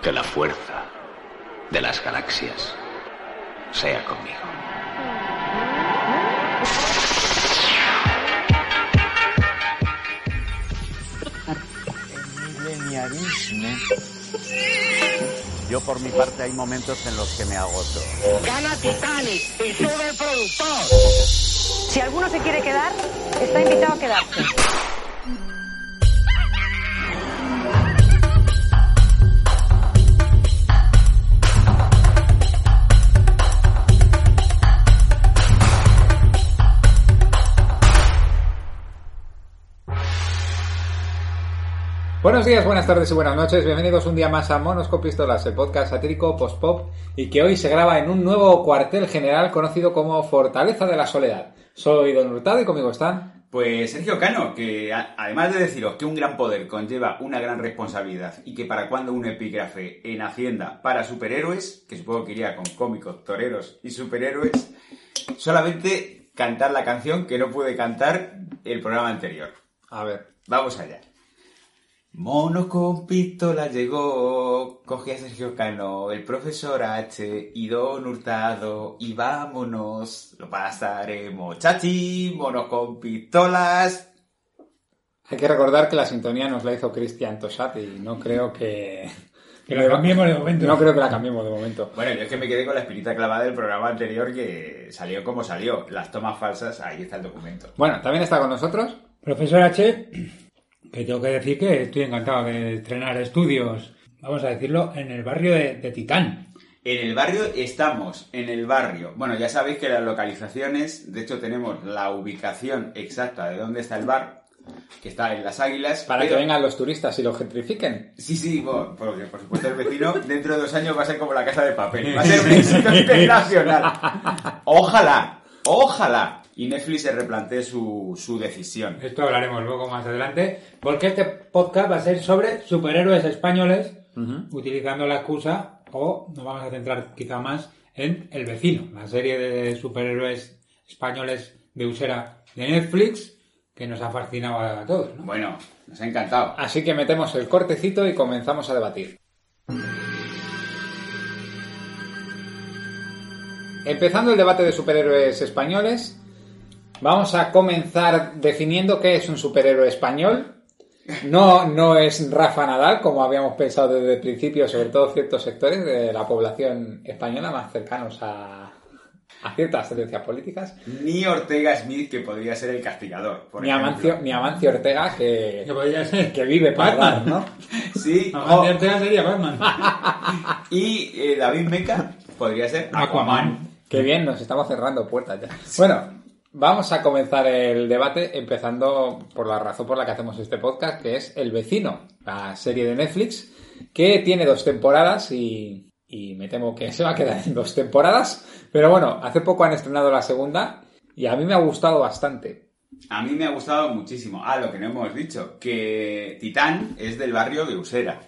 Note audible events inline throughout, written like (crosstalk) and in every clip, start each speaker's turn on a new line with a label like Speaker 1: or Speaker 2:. Speaker 1: que la fuerza de las galaxias sea conmigo.
Speaker 2: Mileniarismo. Yo por mi parte hay momentos en los que me agoto.
Speaker 3: Gana Titanic y sube el productor.
Speaker 4: Si alguno se quiere quedar, está invitado a quedarse.
Speaker 5: Buenos días, buenas tardes y buenas noches. Bienvenidos un día más a Monoscopistolas, el podcast satírico post-pop y que hoy se graba en un nuevo cuartel general conocido como Fortaleza de la Soledad. Soy Don Hurtado y conmigo están.
Speaker 6: Pues Sergio Cano, que a- además de deciros que un gran poder conlleva una gran responsabilidad y que para cuando un epígrafe en Hacienda para superhéroes, que supongo que iría con cómicos, toreros y superhéroes, solamente cantar la canción que no pude cantar el programa anterior.
Speaker 5: A ver.
Speaker 6: Vamos allá. Mono con pistola llegó, cogí a Sergio Cano, el profesor H y Don Hurtado y vámonos, lo pasaremos, chachi, monos con pistolas.
Speaker 5: Hay que recordar que la sintonía nos la hizo Cristian Tosat y no creo que.
Speaker 7: (laughs) Que la cambiemos de momento.
Speaker 5: No creo que la cambiemos de momento.
Speaker 6: Bueno, yo es que me quedé con la espinita clavada del programa anterior que salió como salió, las tomas falsas, ahí está el documento.
Speaker 5: Bueno, también está con nosotros.
Speaker 7: Profesor H, que tengo que decir que estoy encantado de estrenar estudios, vamos a decirlo, en el barrio de, de Titán.
Speaker 6: En el barrio estamos, en el barrio. Bueno, ya sabéis que las localizaciones, de hecho tenemos la ubicación exacta de dónde está el bar, que está en Las Águilas.
Speaker 5: Para que
Speaker 6: pero-
Speaker 5: vengan los turistas y lo gentrifiquen.
Speaker 6: Sí, sí, bueno, porque por supuesto el vecino dentro de dos años va a ser como la casa de papel. Va a ser un éxito internacional. Ojalá, ojalá. Y Netflix se replantee su, su decisión.
Speaker 7: Esto hablaremos luego más adelante, porque este podcast va a ser sobre superhéroes españoles, utilizando la excusa, o nos vamos a centrar quizá más en El Vecino, la serie de superhéroes españoles de Usera de Netflix, que nos ha fascinado a todos, ¿no?
Speaker 6: Bueno, nos ha encantado.
Speaker 5: Así que metemos el cortecito y comenzamos a debatir. Empezando el debate de superhéroes españoles, vamos a comenzar definiendo qué es un superhéroe español. No, no es Rafa Nadal, como habíamos pensado desde el principio, sobre todo ciertos sectores de la población española más cercanos a, a ciertas tendencias políticas.
Speaker 6: Ni Ortega Smith, que podría ser el castigador. por
Speaker 5: Ni
Speaker 6: ejemplo.
Speaker 5: Amancio, ni Amancio Ortega, que,
Speaker 7: Que podría ser
Speaker 5: que vive para
Speaker 7: Batman.
Speaker 5: dar, ¿no?
Speaker 6: Sí,
Speaker 7: No,
Speaker 6: o-
Speaker 7: Ortega sería Batman.
Speaker 6: y eh, David Meca podría ser Aquaman.
Speaker 5: Qué bien, nos estamos cerrando puertas ya. Bueno, vamos a comenzar el debate empezando por la razón por la que hacemos este podcast, que es El Vecino, la serie de Netflix, que tiene dos temporadas y, y me temo que se va a quedar en dos temporadas. Pero bueno, hace poco han estrenado la segunda y a mí me ha gustado bastante.
Speaker 6: A mí me ha gustado muchísimo. Ah, lo que no hemos dicho, que Titán es del barrio de Usera.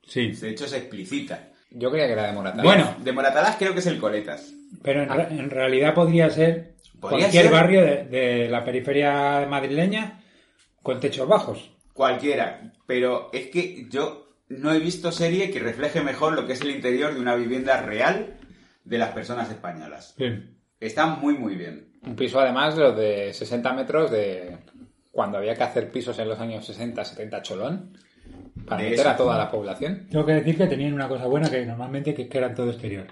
Speaker 7: Sí.
Speaker 6: De hecho, se explicita.
Speaker 5: Yo creía que era de Moratalaz.
Speaker 7: Bueno.
Speaker 6: De Moratalás creo que es el Coletas.
Speaker 7: Pero
Speaker 5: Ah.
Speaker 7: en, re- en realidad podría ser
Speaker 6: Podría
Speaker 7: cualquier
Speaker 6: ser.
Speaker 7: barrio de, de la periferia madrileña con techos bajos.
Speaker 6: Cualquiera. Pero es que yo no he visto serie que refleje mejor lo que es el interior de una vivienda real de las personas españolas. Está muy, muy bien.
Speaker 5: un piso además de los de 60 metros de cuando había que hacer pisos en los años 60, 70 cholón para
Speaker 6: De
Speaker 5: meter
Speaker 6: eso.
Speaker 5: a toda la población.
Speaker 7: Tengo que decir que tenían una cosa buena que normalmente que, que eran todo exterior.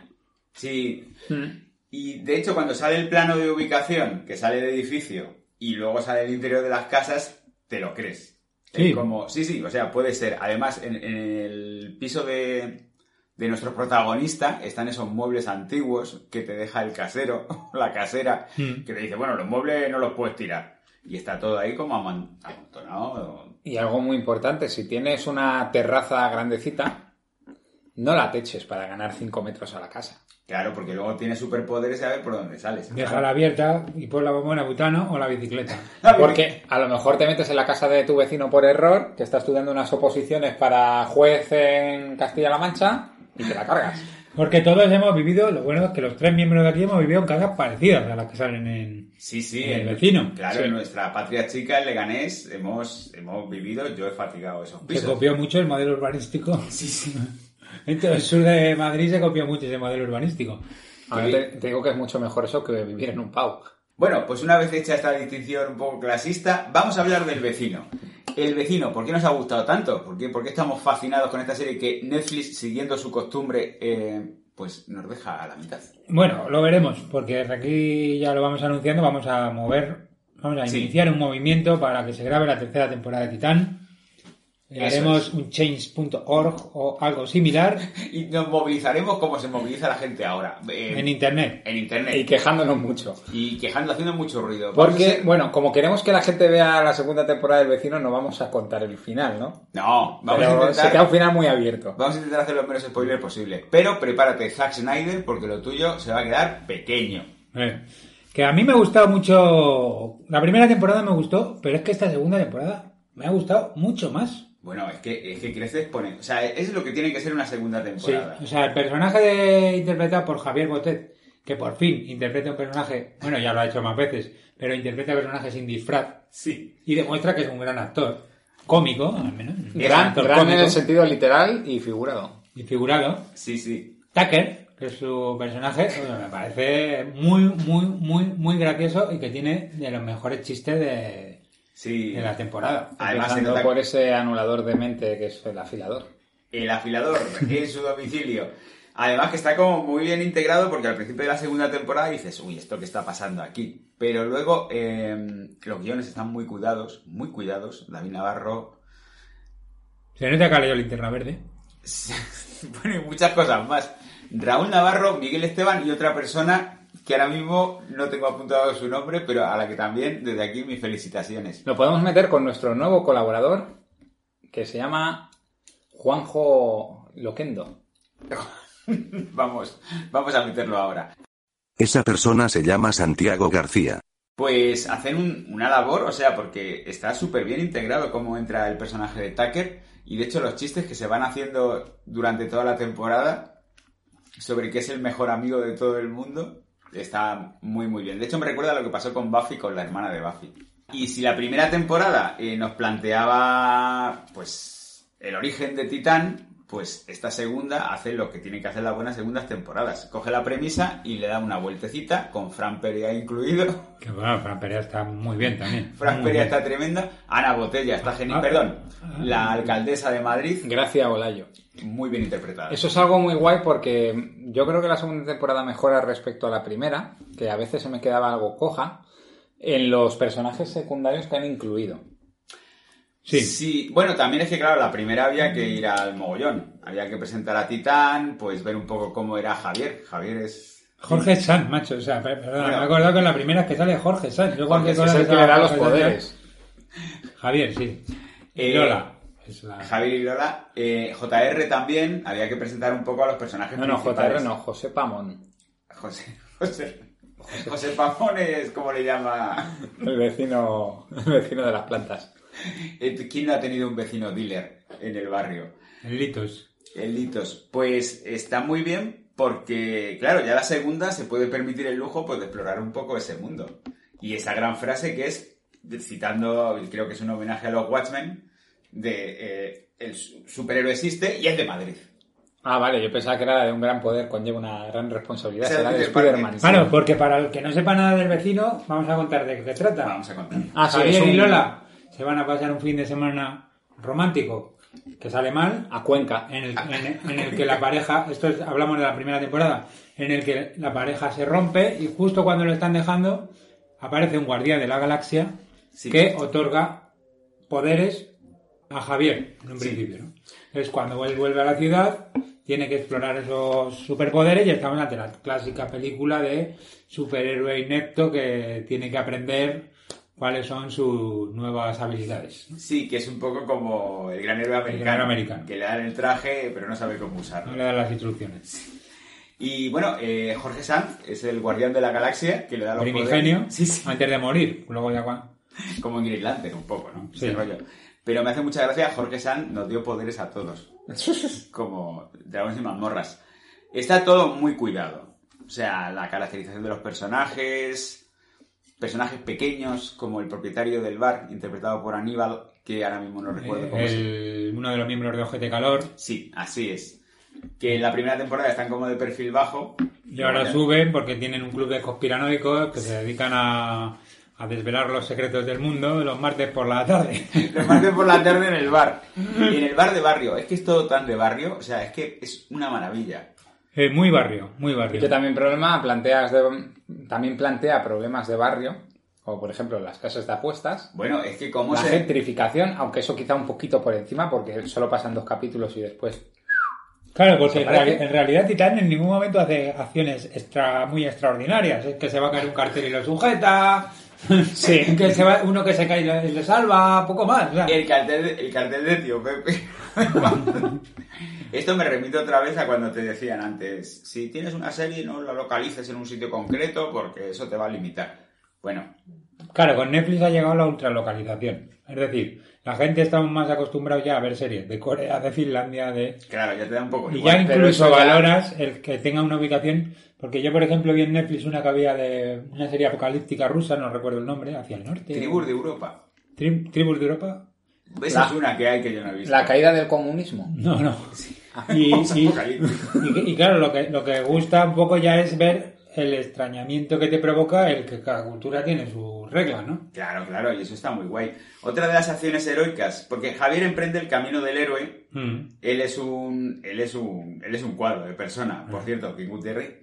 Speaker 6: Sí.
Speaker 7: Mm.
Speaker 6: Y de hecho, cuando sale el plano de ubicación, que sale de edificio, y luego sale el interior de las casas, te lo crees.
Speaker 7: Sí.
Speaker 6: Es como, sí, sí, o sea, puede ser. Además, en, en el piso de, de nuestro protagonista están esos muebles antiguos que te deja el casero, (laughs) la casera,
Speaker 7: Mm.
Speaker 6: que te dice, bueno, los muebles no los puedes tirar. Y está todo ahí como aman- amontonado.
Speaker 5: Y algo muy importante, si tienes una terraza grandecita, no la teches para ganar 5 metros a la casa.
Speaker 6: Claro, porque luego tiene superpoderes y a ver por dónde sales.
Speaker 7: Déjala abierta y pon la bombona butano o la (laughs) bicicleta.
Speaker 5: Porque a lo mejor te metes en la casa de tu vecino por error, que está estudiando unas oposiciones para juez en Castilla-La Mancha, y te la cargas.
Speaker 7: Porque todos hemos vivido, lo bueno es que los tres miembros de aquí hemos vivido en casas parecidas a las que salen en...
Speaker 6: Sí, sí,
Speaker 7: El
Speaker 6: en-
Speaker 7: vecino.
Speaker 6: Claro,
Speaker 7: Sí.
Speaker 6: en nuestra patria chica, el Leganés, hemos, hemos vivido, yo he fatigado esos
Speaker 7: Se
Speaker 6: pisos.
Speaker 7: copió mucho el modelo urbanístico. (laughs)
Speaker 6: Sí, sí.
Speaker 5: En todo el sur de Madrid se copió mucho ese modelo urbanístico.
Speaker 8: Ahora te, te digo que es mucho mejor eso que vivir en un pau.
Speaker 6: Bueno, pues una vez hecha esta distinción un poco clasista, vamos a hablar del vecino. El vecino, ¿por qué nos ha gustado tanto? ¿Por qué, por qué estamos fascinados con esta serie que Netflix, siguiendo su costumbre, eh, pues nos deja a la mitad?
Speaker 5: Bueno, lo veremos, porque desde aquí ya lo vamos anunciando, vamos a mover, vamos a
Speaker 6: Sí.
Speaker 5: iniciar un movimiento para que se grabe la tercera temporada de Titán. Eh,
Speaker 6: Eso
Speaker 5: Haremos
Speaker 6: es.
Speaker 5: un change.org o algo similar
Speaker 6: Y nos movilizaremos como se moviliza la gente ahora. eh,
Speaker 5: en internet.
Speaker 6: en internet.
Speaker 8: Y quejándonos mucho.
Speaker 6: Y quejando, haciendo mucho ruido. Vamos a
Speaker 8: Porque,
Speaker 6: ser-
Speaker 8: bueno, como queremos que la gente vea la segunda temporada del vecino, no vamos a contar el final, ¿no?
Speaker 6: No, vamos
Speaker 8: Pero
Speaker 6: a
Speaker 8: se queda
Speaker 6: intentar...
Speaker 8: un final muy abierto.
Speaker 6: Vamos a intentar hacer los menos spoilers posible. Pero prepárate, Zack Snyder, porque lo tuyo se va a quedar pequeño.
Speaker 5: Eh, que a mí me ha gustado mucho. La primera temporada me gustó, pero es que esta segunda temporada me ha gustado mucho más.
Speaker 6: Bueno, es que, es que creces pone. O sea, es lo que tiene que ser una segunda
Speaker 5: Sí,
Speaker 6: temporada.
Speaker 5: o sea, el personaje de- interpretado por Javier Botet, que por fin interpreta un personaje, bueno, ya lo ha hecho más veces, pero interpreta personajes sin disfraz
Speaker 6: Sí.
Speaker 5: y demuestra que es un gran actor, cómico, al menos. un
Speaker 8: Gran,
Speaker 5: actor
Speaker 8: gran en
Speaker 5: cómico
Speaker 8: el sentido literal y figurado.
Speaker 5: y figurado.
Speaker 6: Sí, sí.
Speaker 5: Tucker, que es su personaje, bueno, me parece muy, muy, muy, muy gracioso y que tiene de los mejores chistes de,
Speaker 6: Sí.
Speaker 5: de la temporada.
Speaker 6: Además, se
Speaker 8: Empezando
Speaker 6: nota
Speaker 8: por ese anulador de mente que es el afilador.
Speaker 6: el afilador en su domicilio. Además que está como muy bien integrado porque al principio de la segunda temporada dices, uy, esto que está pasando aquí. Pero luego eh, los guiones están muy cuidados, muy cuidados. David Navarro...
Speaker 5: Se nota que ha leído Linterna Verde.
Speaker 6: (laughs) bueno, y muchas cosas más. Raúl Navarro, Miguel Esteban y otra persona que ahora mismo no tengo apuntado su nombre, pero a la que también desde aquí mis felicitaciones.
Speaker 8: Lo podemos meter con nuestro nuevo colaborador que se llama Juanjo Loquendo.
Speaker 6: Vamos, vamos a meterlo ahora.
Speaker 9: Esa persona se llama Santiago García.
Speaker 6: Pues hacen un- una labor, o sea, porque está súper bien integrado cómo entra el personaje de Tucker. Y de hecho, los chistes que se van haciendo durante toda la temporada sobre que es el mejor amigo de todo el mundo está muy, muy bien. De hecho, me recuerda lo que pasó con Buffy, con la hermana de Buffy. Y si la primera temporada eh, nos planteaba, pues, el origen de Titán, pues esta segunda hace lo que tienen que hacer las buenas segundas temporadas. Coge la premisa y le da una vueltecita, con Fran Perea incluido.
Speaker 5: Que bueno, Fran Perea está muy bien también.
Speaker 6: Fran
Speaker 5: Muy
Speaker 6: Perea
Speaker 5: bien.
Speaker 6: está tremenda. Ana Botella está genial.
Speaker 5: Ah.
Speaker 6: Perdón, la alcaldesa de Madrid,
Speaker 8: Gracias, Olayo.
Speaker 6: muy bien interpretada.
Speaker 8: Eso es algo muy guay porque yo creo que la segunda temporada mejora respecto a la primera, que a veces se me quedaba algo coja, en los personajes secundarios que han incluido.
Speaker 5: Sí.
Speaker 6: Bueno, también es que, claro, la primera había que ir al mogollón. Había que presentar a Titán, pues ver un poco cómo era Javier. Javier es.
Speaker 5: Jorge Sanz, macho. O sea, per- perdona,
Speaker 6: Bueno.
Speaker 5: me he acordado que en la primera es que sale Jorge Sanz. Yo cualquier
Speaker 6: Jorge
Speaker 5: cosa
Speaker 8: Es el que
Speaker 5: salga
Speaker 8: le da los
Speaker 5: Jorge Sanz,
Speaker 8: poderes.
Speaker 5: Javier, sí.
Speaker 6: Eh,
Speaker 5: Y Lola. Es la-
Speaker 6: Javier y Lola. Eh, JR también, había que presentar un poco a los personajes.
Speaker 8: No, no,
Speaker 6: principales.
Speaker 8: JR no, José Pamón.
Speaker 6: José. José. José Pamón es como le llama.
Speaker 8: El vecino, el vecino de las plantas.
Speaker 6: Eh, ¿Quién no ha tenido un vecino dealer en el barrio?
Speaker 5: el Litos.
Speaker 6: Elitos, pues está muy bien porque, claro, ya la segunda se puede permitir el lujo pues, de explorar un poco ese mundo. Y esa gran frase que es, citando, creo que es un homenaje a los Watchmen, de eh, el su- superhéroe existe y es de Madrid.
Speaker 8: Ah, vale, yo pensaba que era de un gran poder conlleva una gran responsabilidad.
Speaker 6: O sea,
Speaker 8: Será de
Speaker 6: Peter Parker.
Speaker 8: Spider-Man.
Speaker 5: Bueno, pues- porque para el que no sepa nada del vecino, vamos a contar de qué trata.
Speaker 6: Vamos a contar.
Speaker 8: Ah, sí,
Speaker 5: Javier
Speaker 8: es un-
Speaker 5: y Lola se van a pasar un fin de semana romántico que sale mal,
Speaker 8: A Cuenca.
Speaker 5: en el, en- en el que la pareja, esto es- hablamos de la primera temporada, en el que la pareja se rompe y justo cuando lo están dejando aparece un guardián de la galaxia
Speaker 6: Sí.
Speaker 5: que otorga poderes a Javier en un principio. ¿no? Entonces cuando él vuelve a la ciudad tiene que explorar esos superpoderes y estamos ante la clásica película de superhéroe inepto que tiene que aprender cuáles son sus nuevas habilidades. ¿no?
Speaker 6: Sí, que es un poco como el gran héroe americano,
Speaker 5: gran americano.
Speaker 6: que le dan el traje pero no sabe cómo usarlo.
Speaker 5: No le dan las instrucciones.
Speaker 6: Y bueno, eh, Jorge Sanz es el guardián de la galaxia que le da los
Speaker 5: primigenio
Speaker 6: poderes. Sí, sí.
Speaker 5: antes de morir. Luego ya cuando...
Speaker 6: Como en Green Lantern, un poco, ¿no?
Speaker 5: Sí.
Speaker 6: Ese rollo. Pero me hace mucha gracia, Jorge San nos dio poderes a todos. Como dragones y mazmorras. Está todo muy cuidado. O sea, la caracterización de los personajes, personajes pequeños, como el propietario del bar, interpretado por
Speaker 5: eh,
Speaker 6: Aníbal, que ahora mismo no recuerdo cómo se
Speaker 5: el- uno de los miembros de Ojete Calor.
Speaker 6: Sí, así es. que en la primera temporada están como de perfil bajo. (laughs)
Speaker 5: Y ahora suben porque tienen un club de conspiranoicos que se dedican a, a desvelar los secretos del mundo los martes por la tarde. (laughs)
Speaker 6: Los martes por la tarde en el bar. Y en el bar de barrio. Es que es todo tan de barrio. O sea, es que es una maravilla.
Speaker 5: Eh, muy barrio, muy barrio.
Speaker 8: Que también problema planteas de- también plantea problemas de barrio, como por ejemplo las casas de apuestas,
Speaker 6: Bueno, es que como
Speaker 8: la
Speaker 6: se...
Speaker 8: gentrificación, aunque eso quizá un poquito por encima, porque solo pasan dos capítulos y después.
Speaker 5: Claro, porque en,
Speaker 8: Parece-
Speaker 5: reali- en realidad Titán en ningún momento hace acciones extra, muy extraordinarias. Es que se va a caer un cartel y lo sujeta.
Speaker 8: Sí.
Speaker 5: (laughs) que se va, uno que se cae y le, le salva, poco más. o sea.
Speaker 6: El cartel, el cartel de tío
Speaker 8: (laughs)
Speaker 6: Pepe. Esto me remite otra vez a cuando te decían antes, si tienes una serie no la localices en un sitio concreto porque eso te va a limitar. Bueno,
Speaker 5: Claro, con Netflix ha llegado la ultralocalización. Es decir, la gente está más acostumbrada ya a ver series de Corea, de Finlandia, de...
Speaker 6: claro, ya te da un poco
Speaker 5: Y
Speaker 6: igual.
Speaker 5: ya
Speaker 8: pero
Speaker 5: incluso
Speaker 8: eso ya-
Speaker 5: valoras el que tenga una ubicación, porque yo, por ejemplo, vi en Netflix una que había de una serie apocalíptica rusa, no recuerdo el nombre, hacia el norte.
Speaker 6: Tribus de Europa.
Speaker 5: Tri- ¿Tribus de Europa?
Speaker 6: Esa
Speaker 8: La-
Speaker 6: es una que hay que yo no he visto. (laughs)
Speaker 8: La caída del comunismo.
Speaker 5: No, no.
Speaker 8: (laughs)
Speaker 5: Y, y- y- y claro, lo que, lo que gusta un poco ya es ver el extrañamiento que te provoca el que cada cultura tiene sus reglas, ¿no?
Speaker 6: Claro, claro, y eso está muy guay. Otra de las acciones heroicas, porque Javier emprende el camino del héroe.
Speaker 5: Mm.
Speaker 6: Él es un, él es un, él es un cuadro de persona.
Speaker 5: Mm.
Speaker 6: Por cierto, King Gutiérrez,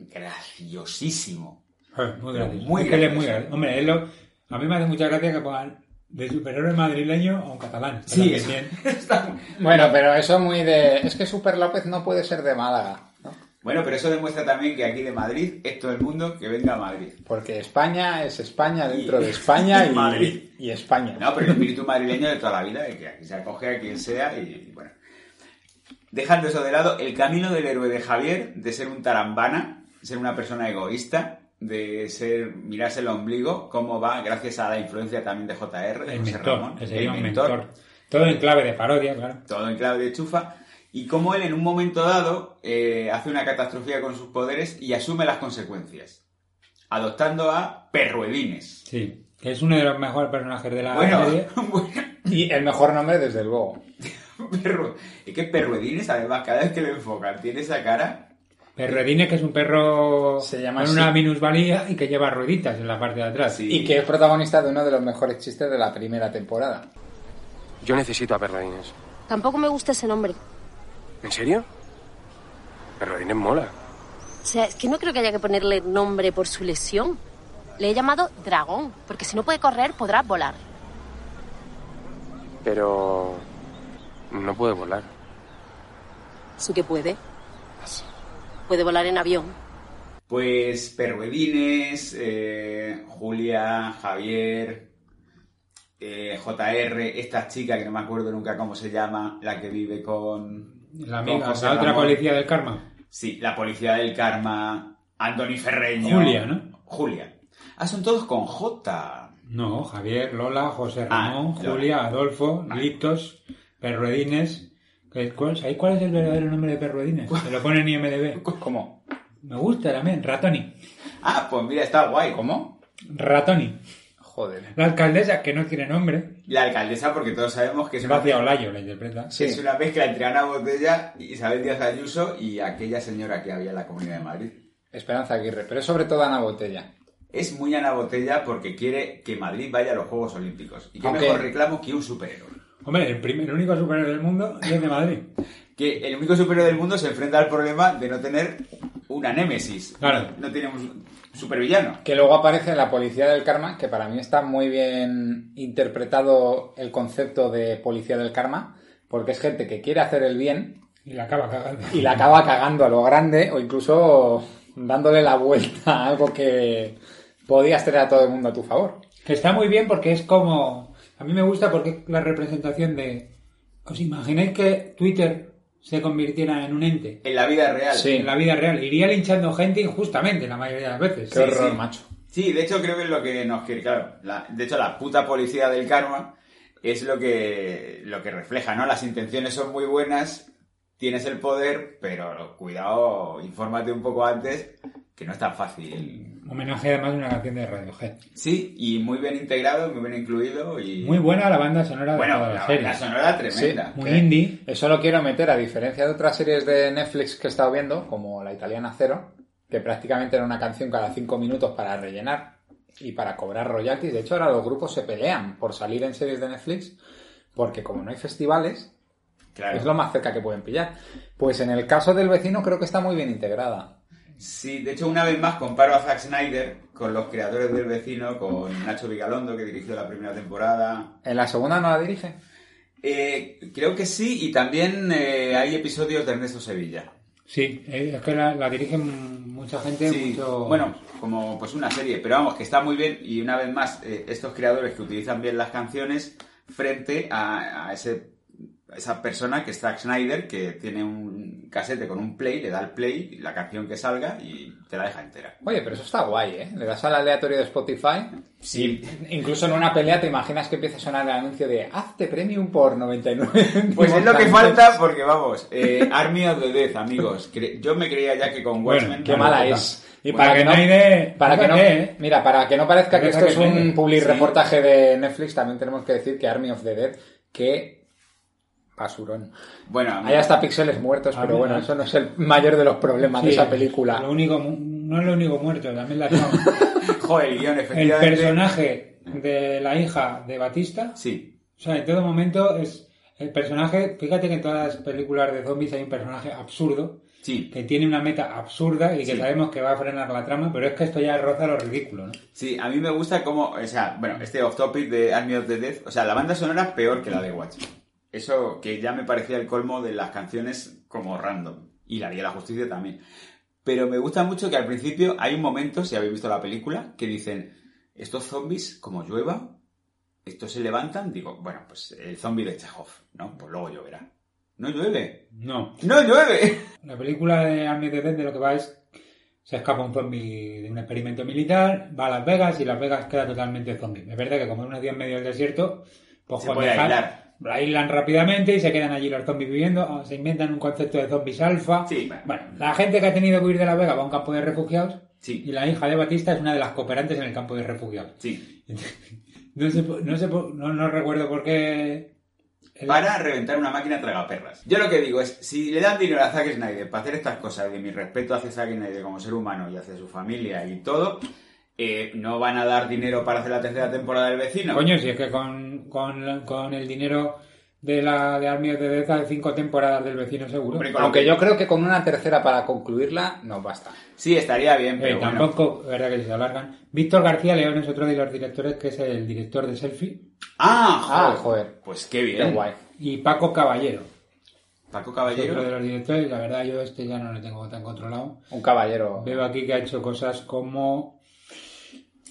Speaker 6: graciosísimo.
Speaker 5: Joder, muy gracioso.
Speaker 6: Ah, Muy
Speaker 5: Es que él es
Speaker 6: gracioso.
Speaker 5: muy gracioso. Hombre, él lo- a mí me hace mucha gracia que pongan de superhéroe madrileño a un catalán. Está
Speaker 6: Sí,
Speaker 5: también
Speaker 6: es-
Speaker 5: bien.
Speaker 8: Bueno, pero eso muy de. Es que Super López no puede ser de Málaga, ¿no?
Speaker 6: Bueno, pero eso demuestra también que aquí de Madrid es todo el mundo que venga a Madrid.
Speaker 8: Porque España es España dentro de España y,
Speaker 6: Madrid.
Speaker 8: y España.
Speaker 6: No, pero el espíritu madrileño de toda la vida, de que aquí se acoge a quien sea y bueno. Dejando eso de lado, el camino del héroe de Javier, de ser un tarambana, ser una persona egoísta, de ser mirarse el ombligo, cómo va, gracias a la influencia también de JR, de
Speaker 5: El
Speaker 6: José
Speaker 5: mentor,
Speaker 6: Ramón,
Speaker 5: que sería
Speaker 6: el
Speaker 5: un mentor. Todo en clave de parodia, claro.
Speaker 6: todo en clave de chufa, y cómo él en un momento dado eh, hace una catastrofía con sus poderes y asume las consecuencias, adoptando a Perruedines.
Speaker 5: Sí, que es uno de los mejores personajes de
Speaker 6: (laughs)
Speaker 5: la
Speaker 6: Bueno,
Speaker 5: serie.
Speaker 6: bueno,
Speaker 8: Y el mejor nombre, desde luego.
Speaker 6: Perro- Es que Perruedines, además, cada vez que lo enfocan, tiene esa cara.
Speaker 5: Perredines, que es un perro
Speaker 8: Se llama
Speaker 5: con
Speaker 8: así.
Speaker 5: una minusvalía y que lleva rueditas en la parte de atrás.
Speaker 8: Y que es protagonista de uno de los mejores chistes de la primera temporada.
Speaker 10: Yo necesito a Perrodines.
Speaker 11: Tampoco me gusta ese nombre.
Speaker 10: ¿En serio? Perrodines mola.
Speaker 11: O sea, es que no creo que haya que ponerle nombre por su lesión. Le he llamado dragón, porque si no puede correr, podrá volar.
Speaker 10: Pero. No puede volar.
Speaker 11: Sí que puede. Puede volar en avión.
Speaker 6: Pues Perruedines, eh, Julia, Javier, eh, JR, esta chica que no me acuerdo nunca cómo se llama, la que vive con.
Speaker 5: La amiga,
Speaker 6: con José
Speaker 5: la otra
Speaker 6: Ramón.
Speaker 5: policía del karma.
Speaker 6: Sí, la policía del karma, Anthony Ferreño.
Speaker 5: Julia, ¿no?
Speaker 6: Julia. Ah, son todos con J.
Speaker 5: No, Javier, Lola, José
Speaker 6: Ah,
Speaker 5: Ramón,
Speaker 6: Lola.
Speaker 5: Julia, Adolfo,
Speaker 8: Ah.
Speaker 6: Vale.
Speaker 5: Liptos, Perruedines. ¿Cuál, ¿Sabéis cuál es el verdadero nombre de Perruedines? Se lo pone en IMDB.
Speaker 8: ¿Cómo?
Speaker 5: Me gusta también, Ratoni.
Speaker 6: Ah, pues mira, está guay.
Speaker 8: ¿Cómo?
Speaker 5: Ratoni.
Speaker 8: Joder.
Speaker 5: La alcaldesa, que no tiene nombre,
Speaker 6: La alcaldesa, porque todos sabemos que es una,
Speaker 5: Gracia Olayo la interpreta.
Speaker 8: Sí.
Speaker 6: es una mezcla entre Ana Botella, Isabel Díaz Ayuso y aquella señora que había en la Comunidad de Madrid.
Speaker 8: Esperanza Aguirre, pero es sobre todo Ana Botella.
Speaker 6: Es muy Ana Botella porque quiere que Madrid vaya a los Juegos Olímpicos. Y qué
Speaker 8: Ok.
Speaker 6: mejor reclamo que un superhéroe.
Speaker 5: Hombre, el, primer, el único superhéroe del mundo y es de Madrid.
Speaker 6: Que el único superhéroe del mundo se enfrenta al problema de no tener una némesis.
Speaker 5: Claro.
Speaker 6: No tiene un supervillano.
Speaker 8: Que luego aparece la policía del karma, que para mí está muy bien interpretado el concepto de policía del karma, porque es gente que quiere hacer el bien
Speaker 5: Y la acaba cagando.
Speaker 8: y la acaba cagando a lo grande o incluso dándole la vuelta a algo que podías tener a todo el mundo a tu favor.
Speaker 5: Que está muy bien porque es como. A mí me gusta porque es la representación de. ¿Os imagináis que Twitter se convirtiera en un ente?
Speaker 6: En la vida real.
Speaker 8: Sí.
Speaker 5: En la vida real. Iría linchando gente injustamente la mayoría de las veces.
Speaker 8: Qué horror, macho.
Speaker 6: Sí, de hecho creo que es lo que nos quiere, claro. la- de hecho, la puta policía del karma es lo que, lo que refleja, ¿no? Las intenciones son muy buenas, tienes el poder, pero cuidado, infórmate un poco antes, que no es tan fácil.
Speaker 5: Homenaje además de una canción de Radiohead.
Speaker 6: Sí, y muy bien integrado, muy bien incluido y...
Speaker 5: Muy buena la banda sonora de
Speaker 6: Bueno,
Speaker 5: toda la
Speaker 6: la,
Speaker 5: serie.
Speaker 6: la sonora tremenda.
Speaker 5: muy
Speaker 6: que-
Speaker 5: indie.
Speaker 8: Eso lo quiero meter, a diferencia de otras series de Netflix que he estado viendo, como la italiana Cero, que prácticamente era una canción cada cinco minutos para rellenar y para cobrar royalties. De hecho, ahora los grupos se pelean por salir en series de Netflix, porque como no hay festivales,
Speaker 6: Claro.
Speaker 8: es lo más cerca que pueden pillar. Pues en el caso del vecino creo que está muy bien integrada.
Speaker 6: Sí, de hecho, una vez más comparo a Zack Snyder con los creadores del vecino, con Nacho Vigalondo, que dirigió la primera temporada.
Speaker 8: En la segunda no la dirige.
Speaker 6: Eh, creo que sí, y también eh, hay episodios de Ernesto Sevilla.
Speaker 5: Sí, eh, es que la, la dirigen mucha gente,
Speaker 6: Sí,
Speaker 5: mucho...
Speaker 6: Bueno, como pues una serie, pero vamos, que está muy bien y una vez más, eh, estos creadores que utilizan bien las canciones frente a, a ese a esa persona que es Zack Snyder, que tiene un casete con un play, le da el play, la canción que salga y te la deja entera.
Speaker 8: Oye, pero eso está guay, ¿eh? Le das al aleatorio de Spotify.
Speaker 6: Sí.
Speaker 8: y incluso en una pelea te imaginas que empieza a sonar el anuncio de hazte premium por (laughs) 99.
Speaker 6: Pues es lo que
Speaker 8: céntimos".
Speaker 6: falta porque vamos, (laughs) eh, Army of the Death, amigos. Cre- Yo me creía ya que con
Speaker 5: Bueno,
Speaker 6: Watchmen...
Speaker 8: Qué mala
Speaker 6: Bueno,
Speaker 8: es. Y
Speaker 5: Para que no hay de-
Speaker 8: para que no,
Speaker 5: fíjate, ¿eh?
Speaker 8: mira, para que no parezca que
Speaker 5: Parece
Speaker 8: esto es
Speaker 5: que
Speaker 8: un
Speaker 5: tiene.
Speaker 8: public
Speaker 6: Sí.
Speaker 8: reportaje de Netflix, también tenemos que decir que Army of the Dead, que basurón.
Speaker 6: Bueno, a mí-
Speaker 8: Hay hasta píxeles muertos, pero
Speaker 5: mí
Speaker 8: bueno,
Speaker 5: no.
Speaker 8: eso no es el mayor de los problemas
Speaker 5: Sí,
Speaker 8: de esa película.
Speaker 5: Lo único, mu- no es lo único muerto, también la trama.
Speaker 6: joder, el guión,
Speaker 5: El
Speaker 6: efectivamente...
Speaker 5: personaje de la hija de Batista,
Speaker 6: Sí,
Speaker 5: o sea, en todo momento es el personaje, fíjate que en todas las películas de zombies hay un personaje absurdo,
Speaker 6: sí.
Speaker 5: que tiene una meta absurda y que
Speaker 6: Sí.
Speaker 5: sabemos que va a frenar la trama, pero es que esto ya roza lo ridículo, ¿no?
Speaker 6: Sí, a mí me gusta como, o sea, bueno, este off topic de Army of the Death, o sea, la banda sonora es peor que la de Watchmen. Eso que ya me parecía el colmo de las canciones como random. Y la Liga de la Justicia también. Pero me gusta mucho que al principio hay un momento, si habéis visto la película, que dicen, estos zombies, como llueva, estos se levantan, digo, bueno, pues el zombie de Chekhov, ¿no? Pues luego lloverá. No llueve.
Speaker 5: No.
Speaker 6: No llueve. (laughs)
Speaker 5: La película de Army of the Dead de lo que va es se escapa un zombie de un experimento militar, va a Las Vegas y Las Vegas queda totalmente zombie. Es verdad que como es una ciudad en medio del desierto, pues
Speaker 6: Se
Speaker 5: Juan
Speaker 6: puede
Speaker 5: Mejal
Speaker 6: aislar.
Speaker 5: la aislan rápidamente y se quedan allí los zombies viviendo, Ah, se inventan un concepto de zombies alfa.
Speaker 6: Sí.
Speaker 5: Bueno, la gente que ha tenido que huir de Las Vegas va a un campo de refugiados y
Speaker 6: Sí,
Speaker 5: la hija de Batista es una de las cooperantes en el campo de refugiados.
Speaker 6: sí.
Speaker 5: No sé, po- no, sé po- no, no recuerdo por qué... el-
Speaker 6: Para reventar una máquina tragaperras. Yo lo que digo es, si le dan dinero a Zack Snyder para hacer estas cosas, de mi respeto hacia Zack Snyder como ser humano y hacia su familia y todo, eh, no van a dar dinero para hacer la tercera temporada del vecino.
Speaker 5: Coño, si es que con, con, con el dinero de la de Army of the Dead hay cinco temporadas del vecino seguro.
Speaker 6: Hombre, con lo
Speaker 8: Aunque
Speaker 6: que-
Speaker 8: yo creo que con una tercera para concluirla nos basta.
Speaker 6: Sí, estaría bien,
Speaker 5: Eh,
Speaker 6: pero bueno.
Speaker 5: tampoco, es verdad que se alargan. Víctor García León es otro de los directores que es el director de Selfie.
Speaker 6: Ah, joder.
Speaker 8: Ah, joder.
Speaker 6: Pues qué bien.
Speaker 8: Qué guay.
Speaker 5: Y Paco Caballero,
Speaker 6: Paco
Speaker 5: es otro de
Speaker 6: Caballero.
Speaker 5: los directores. La verdad, yo este ya no lo tengo tan controlado.
Speaker 8: Un caballero.
Speaker 5: Veo aquí que ha hecho cosas como.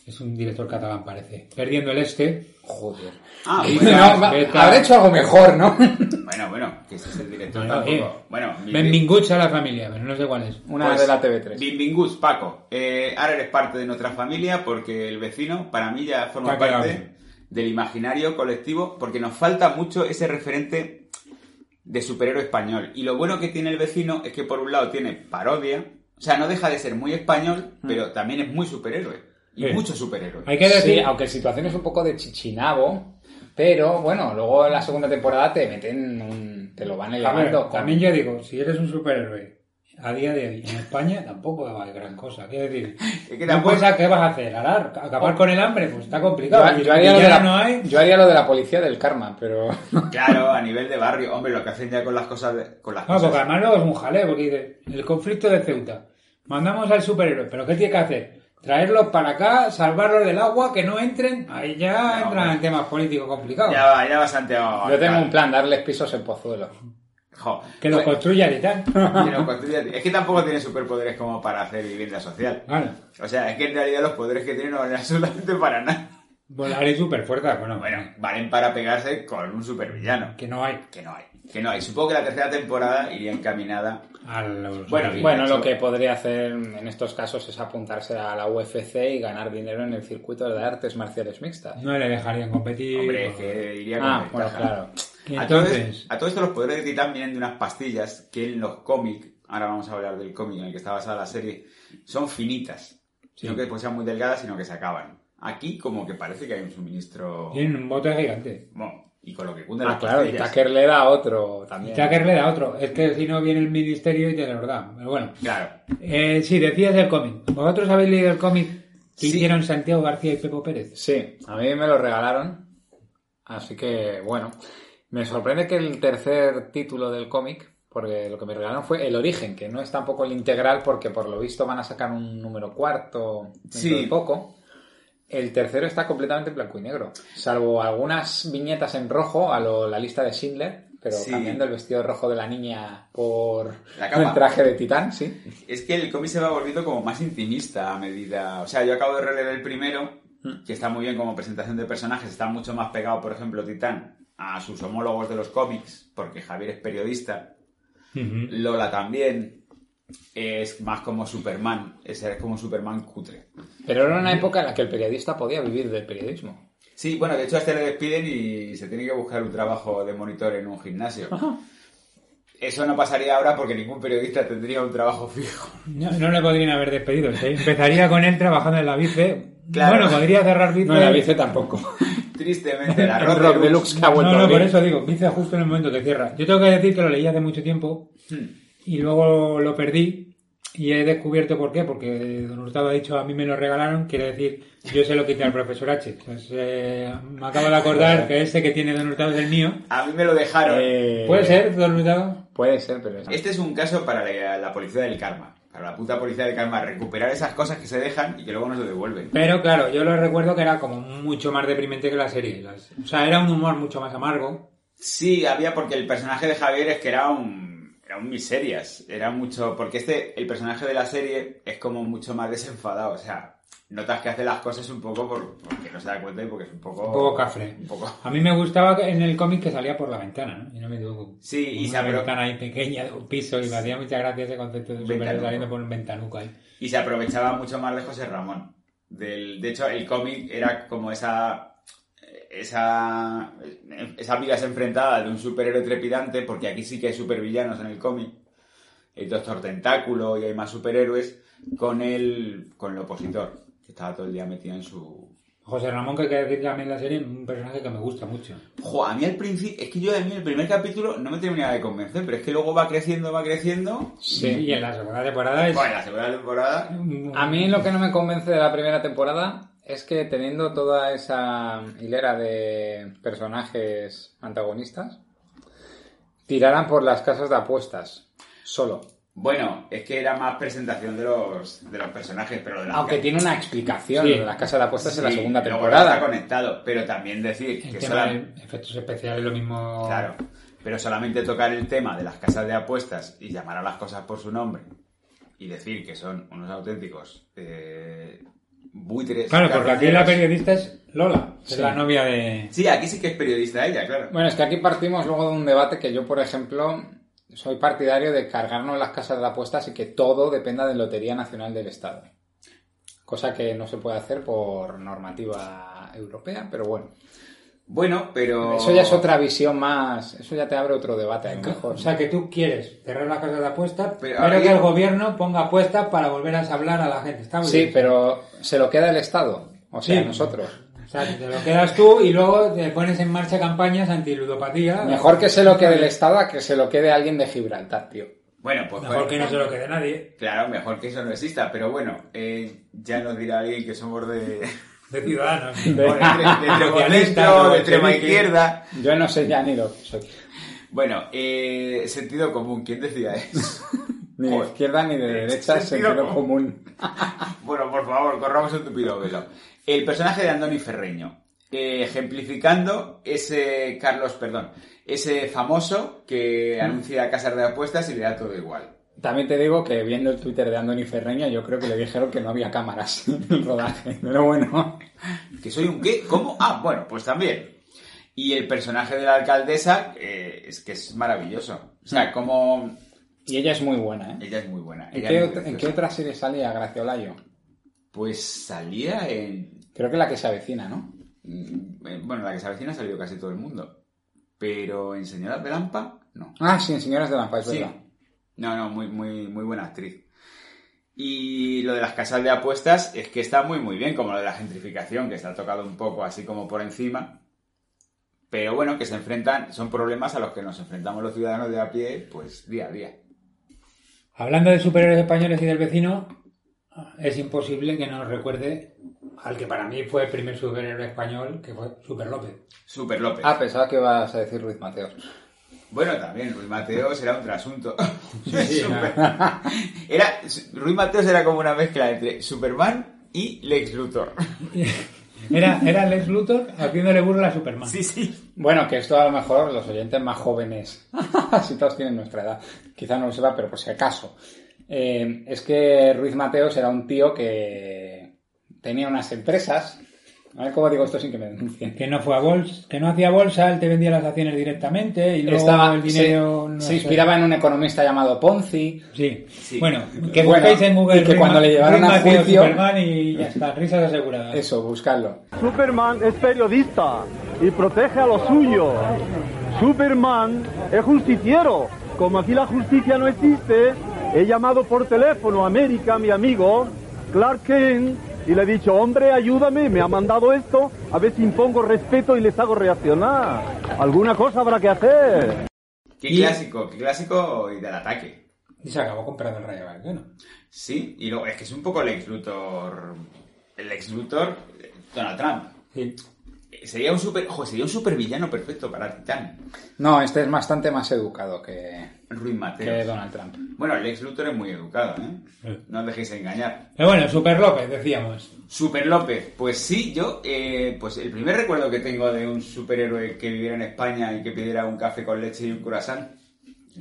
Speaker 5: Es un director catalán, parece. Perdiendo el Este.
Speaker 8: Joder.
Speaker 6: Ah,
Speaker 8: No,
Speaker 6: bueno.
Speaker 8: va-
Speaker 5: respeta.
Speaker 8: habrá hecho algo
Speaker 6: (laughs)
Speaker 8: mejor, ¿no?
Speaker 6: bueno, bueno, que ese es el director
Speaker 5: Bueno,
Speaker 6: tampoco.
Speaker 5: eh,
Speaker 6: Bueno, mi-
Speaker 5: Benvinguts a la familia, pero no sé cuál es.
Speaker 8: Una
Speaker 6: Pues,
Speaker 8: de la TV3.
Speaker 6: Bienvenidos, Paco. Eh, ahora eres parte de nuestra familia porque el vecino, para mí, ya forma
Speaker 5: Está
Speaker 6: parte
Speaker 5: cagado.
Speaker 6: del imaginario colectivo porque nos falta mucho ese referente de superhéroe español. Y lo bueno que tiene el vecino es que, por un lado, tiene parodia. O sea, no deja de ser muy español, pero también es muy superhéroe. Y
Speaker 5: Mm. Sí.
Speaker 6: mucho superhéroe.
Speaker 5: Hay que decir.
Speaker 8: Sí, aunque situación es un poco de chichinabo, pero bueno, luego en la segunda temporada te meten un... te lo van
Speaker 5: A ver,
Speaker 8: elevando. con-
Speaker 5: también yo digo, si eres un superhéroe a día de hoy en España, tampoco hay gran cosa. Quiero
Speaker 8: (laughs)
Speaker 5: decir,
Speaker 6: que
Speaker 5: no
Speaker 6: tampoco-
Speaker 5: puedes- ¿qué vas a hacer? ¿Alar? ¿Acabar con el hambre? Pues está
Speaker 8: Oh. Yo,
Speaker 5: complicado.
Speaker 8: yo haría lo de
Speaker 5: Ya
Speaker 8: la,
Speaker 5: no hay.
Speaker 8: yo haría lo de la policía del karma, pero...
Speaker 6: Claro, a nivel de barrio. Hombre, lo que hacen ya con las cosas... de- con las
Speaker 5: No, porque
Speaker 6: cosas.
Speaker 5: además luego es un jaleo, porque dice, el conflicto de Ceuta. Mandamos al superhéroe, pero ¿qué tiene que hacer? Traerlos para acá, salvarlos del agua, que no entren. Ahí ya
Speaker 6: No,
Speaker 5: entran
Speaker 6: hombre.
Speaker 5: en temas políticos complicados.
Speaker 6: Ya va, ya va Santiago.
Speaker 8: Yo tengo
Speaker 6: Claro.
Speaker 8: un plan, darles pisos en Pozuelo.
Speaker 6: Jo.
Speaker 5: Que los
Speaker 6: Pues-
Speaker 5: construyan y tal. (laughs)
Speaker 6: Que lo construya- Es que tampoco tiene superpoderes como para hacer vivienda social.
Speaker 5: Vale.
Speaker 6: O sea, es que en realidad los poderes que tiene no valen (laughs) absolutamente para nada.
Speaker 5: Volar y pues superfuerza, bueno,
Speaker 6: Bueno, valen para pegarse con un supervillano.
Speaker 5: que no hay.
Speaker 6: Que no hay. Que no hay. Supongo que la tercera temporada iría encaminada.
Speaker 5: a los
Speaker 6: Bueno, y-
Speaker 8: Bueno,
Speaker 6: hecho.
Speaker 8: lo que podría hacer en estos casos es apuntarse a la UFC y ganar dinero en el circuito de artes marciales mixtas.
Speaker 5: No le dejarían competir.
Speaker 6: Hombre, es que iría con
Speaker 8: Ah, bueno,
Speaker 6: (laughs) ventaja.
Speaker 8: claro.
Speaker 5: Y
Speaker 6: A todo,
Speaker 5: entonces,
Speaker 6: a todo esto los poderes de Titán vienen de unas pastillas que en los cómics ahora vamos a hablar del cómic en el que está basada la serie, son finitas.
Speaker 5: Sí.
Speaker 6: No que después sean muy delgadas, sino que se acaban. Aquí como que parece que hay un suministro...
Speaker 5: Tienen un bote gigante.
Speaker 6: Bueno, y con lo que cunde
Speaker 8: Ah,
Speaker 6: las
Speaker 8: claro, y
Speaker 6: pastillas.
Speaker 8: Tucker le da otro también.
Speaker 5: Tucker le da otro. Es que si no viene el ministerio y te lo da. Pero bueno.
Speaker 6: Claro.
Speaker 5: Eh, sí, decías del cómic. ¿Vosotros habéis leído el cómic que
Speaker 8: Sí.
Speaker 5: hicieron Santiago García y Pepo Pérez?
Speaker 8: Sí, a mí me lo regalaron. Así que, bueno. Me sorprende que el tercer título del cómic, porque lo que me regalaron fue El Origen, que no es tampoco el integral, porque por lo visto van a sacar un número cuarto dentro
Speaker 6: Sí.
Speaker 8: de poco. El tercero está completamente en blanco y negro, salvo algunas viñetas en rojo a lo, la lista de Schindler, pero
Speaker 6: Sí.
Speaker 8: cambiando el vestido rojo de la niña por
Speaker 6: La capa.
Speaker 8: el traje de titán, sí.
Speaker 6: Es que el cómic se va volviendo como más intimista a medida. O sea, yo acabo de releer el primero, que está muy bien como presentación de personajes, está mucho más pegado, por ejemplo, Titán, a sus homólogos de los cómics, porque Javier es periodista, Lola también. Es más como Superman, es es como Superman cutre.
Speaker 8: Pero era una época en la que el periodista podía vivir del periodismo.
Speaker 6: Sí, bueno, de hecho a este le despiden y se tiene que buscar un trabajo de monitor en un gimnasio. Eso no pasaría ahora porque ningún periodista tendría un trabajo fijo. (laughs)
Speaker 5: No, no le podrían haber despedido. Se Empezaría con él trabajando en la bice.
Speaker 6: Claro.
Speaker 5: Bueno, podría cerrar bice.
Speaker 8: No era vice tampoco.
Speaker 6: Tristemente, la
Speaker 8: El
Speaker 6: Rock
Speaker 8: rock
Speaker 6: Deluxe
Speaker 8: deluxe que ha
Speaker 5: No,
Speaker 8: vuelto a
Speaker 5: no,
Speaker 8: abrir.
Speaker 5: por eso digo, bice justo en el momento que cierra. Yo tengo que decir que lo leí hace mucho tiempo
Speaker 8: Hmm.
Speaker 5: y luego lo perdí y he descubierto por qué. Porque Don Hurtado ha dicho, a mí me lo regalaron, quiere decir, yo se lo quité al profesor H. Entonces, eh, me acabo de acordar que ese que tiene Don Hurtado es el mío.
Speaker 6: A mí me lo dejaron.
Speaker 8: Eh,
Speaker 5: ¿Puede ser, Don Hurtado?
Speaker 8: Puede ser, pero es-
Speaker 6: Este es un caso para la, la policía del karma. Para la puta policía del karma. Recuperar esas cosas que se dejan y que luego nos lo devuelven.
Speaker 5: Pero claro, yo lo recuerdo que era como mucho más deprimente que la serie. Las- O sea, era un humor mucho más amargo.
Speaker 6: Sí, había porque el personaje de Javier es que era un. Era un miserias. Era mucho. Porque este, el personaje de la serie es como mucho más desenfadado. O sea, notas que hace las cosas un poco por, porque no se da cuenta y porque es un poco.
Speaker 5: Un poco cafre.
Speaker 6: Un poco.
Speaker 5: A mí me gustaba que- en el cómic que salía por la ventana, ¿no? Y no me equivoco.
Speaker 6: Sí, y se
Speaker 5: una
Speaker 6: abrió-
Speaker 5: ventana ahí pequeña de un piso y me hacía mucha gracia ese concepto de un superhéroe
Speaker 6: Ventanuco.
Speaker 5: saliendo por un ventanuco ahí.
Speaker 6: Y se aprovechaba mucho más de José Ramón. Del, de hecho, el cómic era como esa. Esa. Esas vidas enfrentadas de un superhéroe trepidante, porque aquí sí que hay supervillanos en el cómic. El Doctor Tentáculo y hay más superhéroes. Con el. Con el opositor, que estaba todo el día metido en su.
Speaker 5: José Ramón, que hay que decir también en la serie, un personaje que me gusta mucho.
Speaker 6: Jo, a mí al principio. Es que yo a mí el primer capítulo no me terminaba de convencer, pero es que luego va creciendo, va creciendo.
Speaker 5: Sí. Y en la segunda temporada es...
Speaker 6: Bueno, en la segunda temporada.
Speaker 5: un-
Speaker 8: A mí lo que no me convence de la primera temporada es que teniendo toda esa hilera de personajes antagonistas, tiraran por las casas de apuestas. Solo.
Speaker 6: Bueno, es que era más presentación de los, de los personajes, pero de la
Speaker 8: Aunque tiene una explicación.
Speaker 5: Sí.
Speaker 8: lo de las casas de apuestas
Speaker 6: Sí,
Speaker 8: en la segunda
Speaker 6: luego
Speaker 8: temporada.
Speaker 6: Está conectado, pero también decir
Speaker 5: El
Speaker 6: que
Speaker 5: tema
Speaker 6: sola-
Speaker 5: de efectos especiales, lo mismo...
Speaker 6: claro, pero solamente tocar el tema de las casas de apuestas y llamar a las cosas por su nombre y decir que son unos auténticos eh, buitres.
Speaker 5: Claro, porque aquí la
Speaker 6: carniceros.
Speaker 5: periodista es Lola, es
Speaker 8: Sí.
Speaker 5: la novia de...
Speaker 6: Sí, aquí sí que es periodista ella, claro.
Speaker 8: Bueno, es que aquí partimos luego de un debate que yo, por ejemplo, soy partidario de cargarnos las casas de apuestas y que todo dependa de Lotería Nacional del Estado. Cosa que no se puede hacer por normativa europea, pero bueno.
Speaker 6: Bueno, pero
Speaker 8: Eso ya es otra visión más. Eso ya te abre otro debate, a lo mejor.
Speaker 5: O sea, que tú quieres cerrar la casa de apuestas,
Speaker 6: Pero
Speaker 5: pero,
Speaker 6: habría-
Speaker 5: que el gobierno ponga apuestas para volver a hablar a la gente. Está muy
Speaker 8: sí,
Speaker 5: bien.
Speaker 8: pero se lo queda el Estado. O sea,
Speaker 5: Sí.
Speaker 8: nosotros.
Speaker 5: O sea, te lo quedas tú y luego te pones en marcha campañas antiludopatía.
Speaker 8: Mejor que se lo quede el Estado a que se lo quede alguien de Gibraltar, tío.
Speaker 6: Bueno, pues
Speaker 5: Mejor
Speaker 6: bueno,
Speaker 5: que no se lo quede nadie.
Speaker 6: claro, mejor que eso no exista, pero bueno, eh, ya nos dirá alguien que somos de
Speaker 5: De
Speaker 6: (laughs)
Speaker 5: ciudadanos.
Speaker 8: (laughs)
Speaker 6: de, de,
Speaker 5: Socialistas,
Speaker 6: Tremolento, de
Speaker 5: bolcheviques.
Speaker 6: extrema izquierda.
Speaker 8: Yo no sé ya ni lo que soy.
Speaker 6: Bueno, eh, sentido común, ¿quién decía eso?
Speaker 8: Ni de
Speaker 6: Joder.
Speaker 8: izquierda ni de derecha,
Speaker 6: Sentido
Speaker 8: sentido
Speaker 6: común.
Speaker 8: común.
Speaker 6: bueno, por favor, corramos un tupido velo. El personaje de Andoni Ferreño, eh, ejemplificando ese Carlos, perdón, ese famoso que
Speaker 8: Mm.
Speaker 6: anuncia casas de apuestas y le da todo igual.
Speaker 8: También te digo que viendo el Twitter de Andoni Ferreña, yo creo que le dijeron que no había cámaras (laughs) en el rodaje. Pero bueno,
Speaker 6: ¿Que soy un qué? ¿Cómo? Ah, bueno, pues también. Y el personaje de la alcaldesa eh, es que es maravilloso. O sea, como...
Speaker 8: y ella es muy buena, ¿eh?
Speaker 6: Ella es muy buena.
Speaker 8: Mm. ¿En
Speaker 6: ella
Speaker 8: qué,
Speaker 6: es muy
Speaker 8: otra, en qué
Speaker 6: graciosa.
Speaker 8: otra serie salía Graciolayo?
Speaker 6: Pues salía en...
Speaker 8: Creo que la que se avecina, ¿no?
Speaker 6: Mm, eh, Bueno, la que se avecina ha salido casi todo el mundo. Pero en Señoras de Lampa, no.
Speaker 8: Ah, sí, en Señoras de Lampa, es
Speaker 6: Sí.
Speaker 8: verdad.
Speaker 6: No, no, muy, muy, muy buena actriz. Y lo de las casas de apuestas es que está muy, muy bien, como lo de la gentrificación, que se ha tocado un poco así como por encima. Pero bueno, que se enfrentan, son problemas a los que nos enfrentamos los ciudadanos de a pie, pues día a día.
Speaker 5: (laughs) Hablando de superhéroes españoles y del vecino, es imposible que no nos recuerde al que para mí fue el primer superhéroe español, que fue Super López.
Speaker 6: Super López.
Speaker 8: Ah, pensaba que ibas a decir Ruiz Mateos.
Speaker 6: Bueno, también Ruiz Mateos era un trasunto. (laughs)
Speaker 5: sí,
Speaker 6: Super- era, Ruiz Mateos era como una mezcla entre Superman y Lex Luthor.
Speaker 5: Era, era Lex Luthor haciéndole burla a Superman.
Speaker 6: Sí, sí.
Speaker 8: Bueno, que esto a lo mejor los oyentes más jóvenes, (laughs) si todos tienen nuestra edad, quizá no lo sepa, pero por si acaso. Eh, es que Ruiz Mateos era un tío que tenía unas empresas. A ver cómo digo esto sin que me denuncien.
Speaker 5: Que no fue a bolsa, que no hacía bolsa, él te vendía las acciones directamente y luego
Speaker 8: Estaba-
Speaker 5: el dinero
Speaker 8: se,
Speaker 5: no
Speaker 8: se
Speaker 5: sé.
Speaker 8: inspiraba en un economista llamado Ponzi.
Speaker 5: Sí.
Speaker 6: Sí.
Speaker 5: Bueno, que
Speaker 8: Bueno,
Speaker 5: busquéis en Google
Speaker 8: y que
Speaker 5: Ruiz
Speaker 8: cuando
Speaker 5: Ma-
Speaker 8: le llevaron
Speaker 5: Ruiz
Speaker 8: a
Speaker 5: Mateo
Speaker 8: juicio-
Speaker 5: Superman y ya está, risas aseguradas.
Speaker 8: Eso, buscarlo.
Speaker 12: Superman es periodista y protege a lo suyo. Superman es justiciero. Como aquí la justicia no existe, he llamado por teléfono a América, mi amigo, Clark Kent, y le he dicho, hombre, ayúdame, me ha mandado esto, a ver si impongo respeto y les hago reaccionar. Alguna cosa habrá que hacer.
Speaker 6: Qué
Speaker 5: Y-
Speaker 6: clásico, qué clásico y del ataque.
Speaker 5: Y se acabó comprando el Rayo Vallecano.
Speaker 6: Sí, y luego es que es un poco Lex Luthor. El Lex Luthor, eh, Donald Trump.
Speaker 5: Sí.
Speaker 6: Eh, Sería un super, ojo, sería un supervillano perfecto para Titán.
Speaker 8: No, este es bastante más educado que,
Speaker 6: Ruiz
Speaker 8: que
Speaker 6: Mateos.
Speaker 8: Donald Trump.
Speaker 6: Bueno, el Lex Luthor es muy educado, ¿eh? No os dejéis engañar.
Speaker 5: Pero bueno, Super López, decíamos.
Speaker 6: Super López, pues sí, yo, eh, pues el primer recuerdo que tengo de un superhéroe que viviera en España y que pidiera un café con leche y un croissant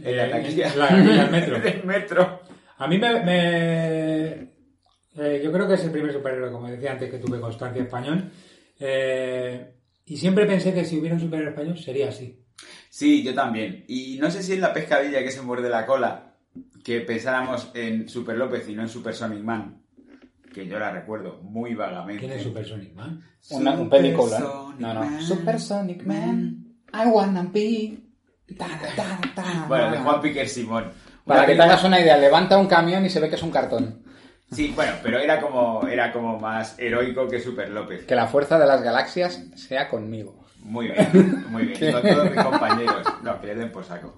Speaker 6: en la
Speaker 5: Eh,
Speaker 6: taquilla
Speaker 5: en la taquilla
Speaker 6: (laughs)
Speaker 5: del metro.
Speaker 6: Del metro.
Speaker 5: A mí me... me- eh, yo creo que es el primer superhéroe, como decía antes, que tuve constancia español. Eh, y siempre pensé que si hubiera un superhéroe español sería así.
Speaker 6: Sí, yo también. Y no sé si es la pescadilla que se muerde la cola, que pensáramos en Super López y no en Super Sonic Man, que yo la recuerdo muy vagamente.
Speaker 5: ¿Quién es Super Sonic Man?
Speaker 8: Una, un película.
Speaker 6: Super
Speaker 8: ¿no?
Speaker 6: Sonic
Speaker 8: No, no.
Speaker 6: Man.
Speaker 8: Super Sonic Man, I wanna be. Ta, ta, ta.
Speaker 6: (laughs) Bueno, de
Speaker 5: Ah.
Speaker 6: Juan Piquer Simón.
Speaker 8: Para
Speaker 6: Una
Speaker 8: que te
Speaker 6: película-
Speaker 8: hagas una idea, levanta un camión y se ve que es un cartón.
Speaker 6: Sí, bueno, pero era como, era como más heroico que Super López.
Speaker 8: Que la fuerza de las galaxias sea conmigo.
Speaker 6: Muy bien, muy
Speaker 8: (laughs)
Speaker 6: bien. Son todos mis compañeros. No, que le den por saco.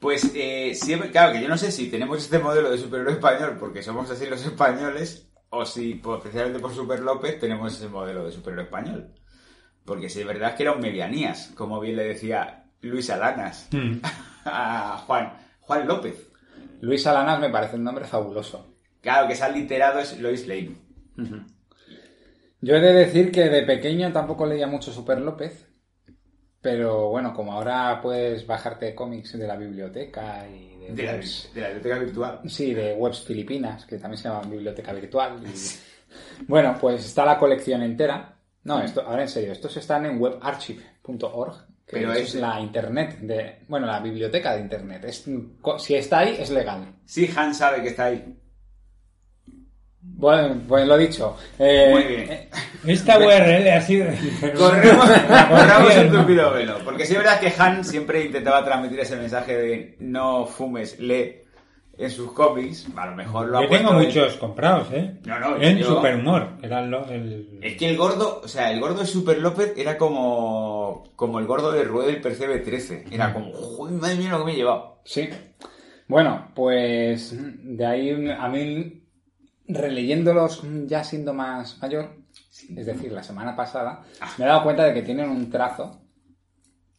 Speaker 6: Pues eh, siempre, claro, que yo no sé si tenemos este modelo de superhéroe español porque somos así los españoles o si potencialmente por Super López tenemos ese modelo de superhéroe español. Porque si es verdad que era un medianías, como bien le decía Luis Alanas
Speaker 8: Mm.
Speaker 6: (laughs) a Juan, Juan López.
Speaker 8: Luis Alanas me parece un nombre fabuloso.
Speaker 6: Claro, que se ha literado es Lois Lane.
Speaker 8: Yo he de decir que de pequeño tampoco leía mucho Super López. Pero bueno, como ahora puedes bajarte cómics de la biblioteca y de,
Speaker 6: De la,
Speaker 8: webs-
Speaker 6: de la biblioteca virtual.
Speaker 8: Sí, de webs filipinas, que también se llama Biblioteca Virtual. y- Bueno, pues está la colección entera. No, esto, ahora en serio, estos están en webarchive.org, que
Speaker 6: Pero
Speaker 8: es,
Speaker 6: es-
Speaker 8: la internet de, bueno, la biblioteca de internet. Es- co- si está ahí, es legal.
Speaker 6: Sí, Han sabe que está ahí.
Speaker 8: Bueno, pues lo dicho. Eh,
Speaker 6: Muy bien.
Speaker 8: eh,
Speaker 5: Esta URL ha sido...
Speaker 6: (laughs)
Speaker 8: (laughs)
Speaker 6: Corremos, corramos
Speaker 5: corrieron,
Speaker 6: un
Speaker 5: ¿no?
Speaker 6: tupido velo. Porque sí es verdad que Han siempre intentaba transmitir ese mensaje de no fumes, lee en sus cómics. A lo mejor lo ha
Speaker 5: Yo tengo
Speaker 6: puesto en-
Speaker 5: muchos comprados, ¿eh?
Speaker 6: No, no,
Speaker 5: en
Speaker 6: yo-
Speaker 5: Superhumor, que eran los... el-
Speaker 6: Es que el gordo, o sea, el gordo de Super López era como, como el gordo de Rueda del PCB-13. Era como, "Joder, madre mía lo que me he llevado.
Speaker 8: sí. Bueno, pues de ahí a mí, releyéndolos ya siendo más mayor, es decir, la semana pasada, me he dado cuenta de que tienen un trazo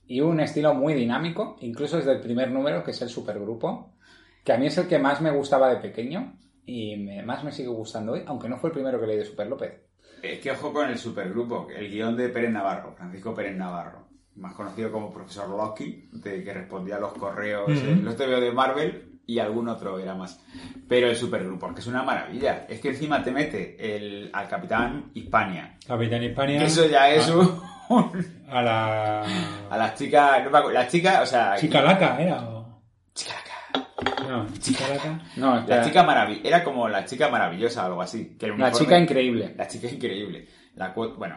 Speaker 8: y un estilo muy dinámico, incluso desde el primer número, que es el supergrupo, que a mí es el que más me gustaba de pequeño y me- más me sigue gustando hoy, aunque no fue el primero que leí de Super López.
Speaker 6: Es que ojo con el supergrupo, el guión de Pérez Navarro, Francisco Pérez Navarro. Más conocido como profesor Loki, de que respondía a los correos, en los TVO de Marvel y algún otro era más. Pero el supergrupo, que es una maravilla. Es que encima te mete el, al capitán Hispania.
Speaker 5: Capitán Hispania. Ah.
Speaker 6: Eso ya es
Speaker 8: Ah.
Speaker 5: a,
Speaker 6: un...
Speaker 5: A la...
Speaker 6: A las chicas, no me acuerdo, las chicas, o sea...
Speaker 5: Chicalaca, ¿era? o-
Speaker 6: Chicalaca.
Speaker 5: No, Chicalaca.
Speaker 8: No,
Speaker 6: La chica maravillosa, era como la chica maravillosa, algo así. Que el
Speaker 8: la
Speaker 6: uniforme-
Speaker 8: chica increíble.
Speaker 6: La chica increíble. La, cu- bueno,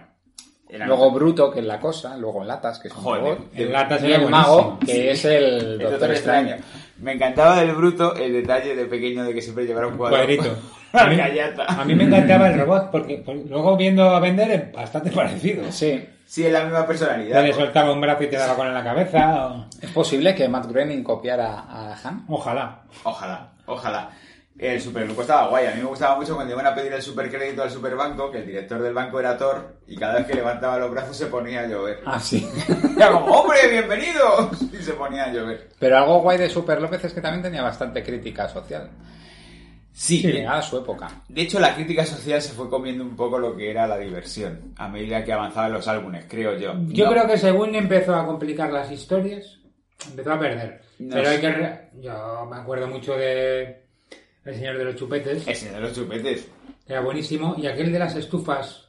Speaker 6: era-
Speaker 8: Luego Bruto, que es la cosa, luego Latas, que es un
Speaker 6: Joder.
Speaker 8: robot.
Speaker 5: El lata
Speaker 8: Y
Speaker 5: sería
Speaker 8: el mago,
Speaker 5: buenísimo.
Speaker 8: que es el
Speaker 6: El
Speaker 8: Doctor Extraño.
Speaker 6: Me encantaba del bruto el detalle de pequeño de que siempre llevara un cuadro. (laughs)
Speaker 5: Cuadrito.
Speaker 6: Una
Speaker 5: A mí-
Speaker 6: gallata.
Speaker 5: A mí me encantaba el robot, porque por- luego viendo a vender es bastante (laughs) parecido.
Speaker 8: Sí.
Speaker 6: Sí, es la misma personalidad.
Speaker 5: Que le soltaba un brazo y te daba con en la cabeza. o-
Speaker 8: ¿Es posible que Matt Groening copiara a Han?
Speaker 5: Ojalá.
Speaker 6: Ojalá, ojalá. El supergrupo estaba guay. A mí me gustaba mucho cuando iban a pedir el supercrédito al superbanco, que el director del banco era Thor, y cada vez que levantaba los brazos se ponía a llover. (laughs)
Speaker 8: Ah, sí. (laughs)
Speaker 6: Era como, ¡hombre, bienvenidos! Y se ponía a llover.
Speaker 8: Pero algo guay de Super López es que también tenía bastante crítica social.
Speaker 6: Sí,
Speaker 8: Y a su época.
Speaker 6: De hecho, la crítica social se fue comiendo un poco lo que era la diversión, a medida que avanzaban los álbumes, creo yo.
Speaker 5: Yo
Speaker 6: No.
Speaker 5: creo que según empezó a complicar las historias, empezó a perder.
Speaker 6: No
Speaker 5: Pero
Speaker 6: sé.
Speaker 5: hay que. re- Yo me acuerdo mucho de. El señor de los chupetes.
Speaker 6: El señor de los chupetes.
Speaker 5: Era buenísimo. Y aquel de las estufas,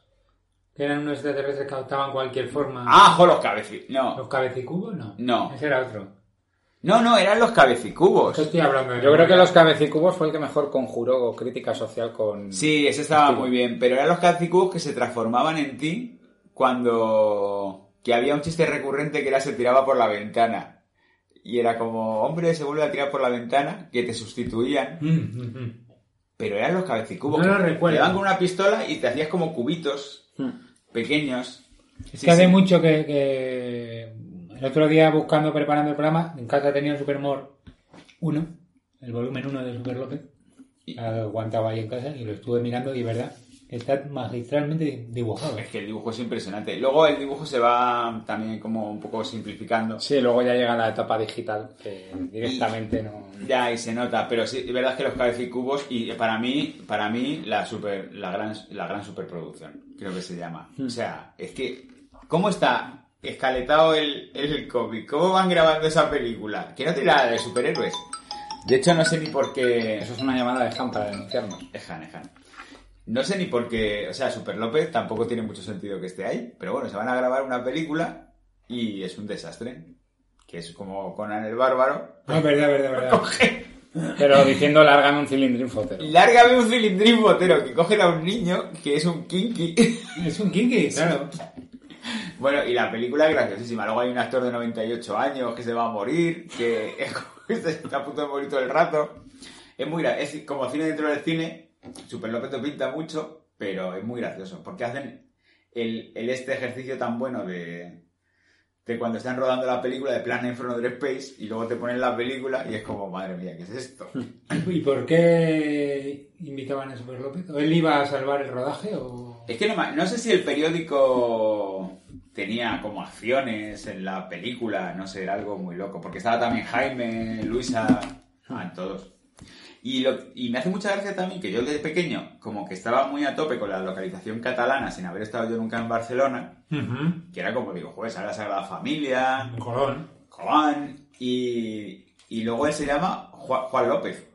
Speaker 5: que eran unos extraterrestres que adoptaban cualquier forma.
Speaker 6: ¡Ah, jo, los cabeci... No,
Speaker 5: ¿Los cabecicubos? No.
Speaker 6: No.
Speaker 5: Ese era otro.
Speaker 6: no, no, eran los cabecicubos.
Speaker 5: ¿Qué estoy hablando de
Speaker 8: Yo creo que los cabecicubos fue el que mejor conjuró crítica social con...
Speaker 6: Sí, ese estaba muy bien, pero eran los cabecicubos que se transformaban en ti cuando... Que había un chiste recurrente que era se tiraba por la ventana. Y era como, hombre, se vuelve a tirar por la ventana, que te sustituían.
Speaker 5: Mm, mm, mm.
Speaker 6: Pero eran los cabecicubos.
Speaker 5: No lo
Speaker 6: que
Speaker 5: recuerdo.
Speaker 6: Te
Speaker 5: Hmm.
Speaker 6: daban con una pistola y te hacías como cubitos pequeños.
Speaker 5: Es
Speaker 6: Sí,
Speaker 5: que hace
Speaker 6: sí.
Speaker 5: mucho que, que El otro día buscando, preparando el programa, en casa tenía el Supermore 1, el volumen 1 de Super López. Lo aguantaba ahí en casa y lo estuve mirando y es verdad, está magistralmente di- dibujado. ¿eh?
Speaker 6: Es que el dibujo es impresionante. Luego el dibujo se va también como un poco simplificando.
Speaker 8: Sí, luego ya llega la etapa digital que directamente no...
Speaker 6: Ya, y se nota, pero sí, es verdad es que los cabecicubos, y para mí, para mí, la super, la gran, la gran superproducción, creo que se llama. O sea, es que, ¿cómo está escaletado el, el cómic? ¿Cómo van grabando esa película? Que no tiene nada de superhéroes. De hecho, no sé ni por qué...
Speaker 8: Eso es una llamada de Han para denunciarnos.
Speaker 6: Es Han, es Han. No sé ni por qué, o sea, Super López tampoco tiene mucho sentido que esté ahí, pero bueno, se van a grabar una película y es un desastre. Que es como Conan el Bárbaro.
Speaker 5: No, es Ah, verdad, verdad, (laughs) verdad.
Speaker 8: Pero diciendo largan un cilindrín fotero.
Speaker 6: Lárgame un cilindrín botero que cogen a un niño que es un kinky.
Speaker 5: Es un kinky, claro.
Speaker 6: (laughs) bueno, y la película es graciosísima. Luego hay un actor de 98 años que se va a morir, que es como (laughs) que se está a punto de morir todo el rato. Es muy gra- es como cine dentro del cine. Super López no pinta mucho, pero es muy gracioso. Porque hacen el, el este ejercicio tan bueno de, de cuando están rodando la película de Planet from Outer Space y luego te ponen la película y es como, madre mía, ¿qué es esto?
Speaker 5: ¿Y por qué invitaban a Super López? ¿O él iba a salvar el rodaje? O...
Speaker 6: Es que no, ma- no sé si el periódico tenía como acciones en la película, no sé, era algo muy loco, porque estaba también Jaime, Luisa, ah, todos. Y, lo- y me hace mucha gracia también que yo desde pequeño, como que estaba muy a tope con la localización catalana, sin haber estado yo nunca en Barcelona, que era como, digo, joder, ahora Sagrada Familia,
Speaker 5: En Colón.
Speaker 6: Colón, y, y luego él se llama Juan, Juan López.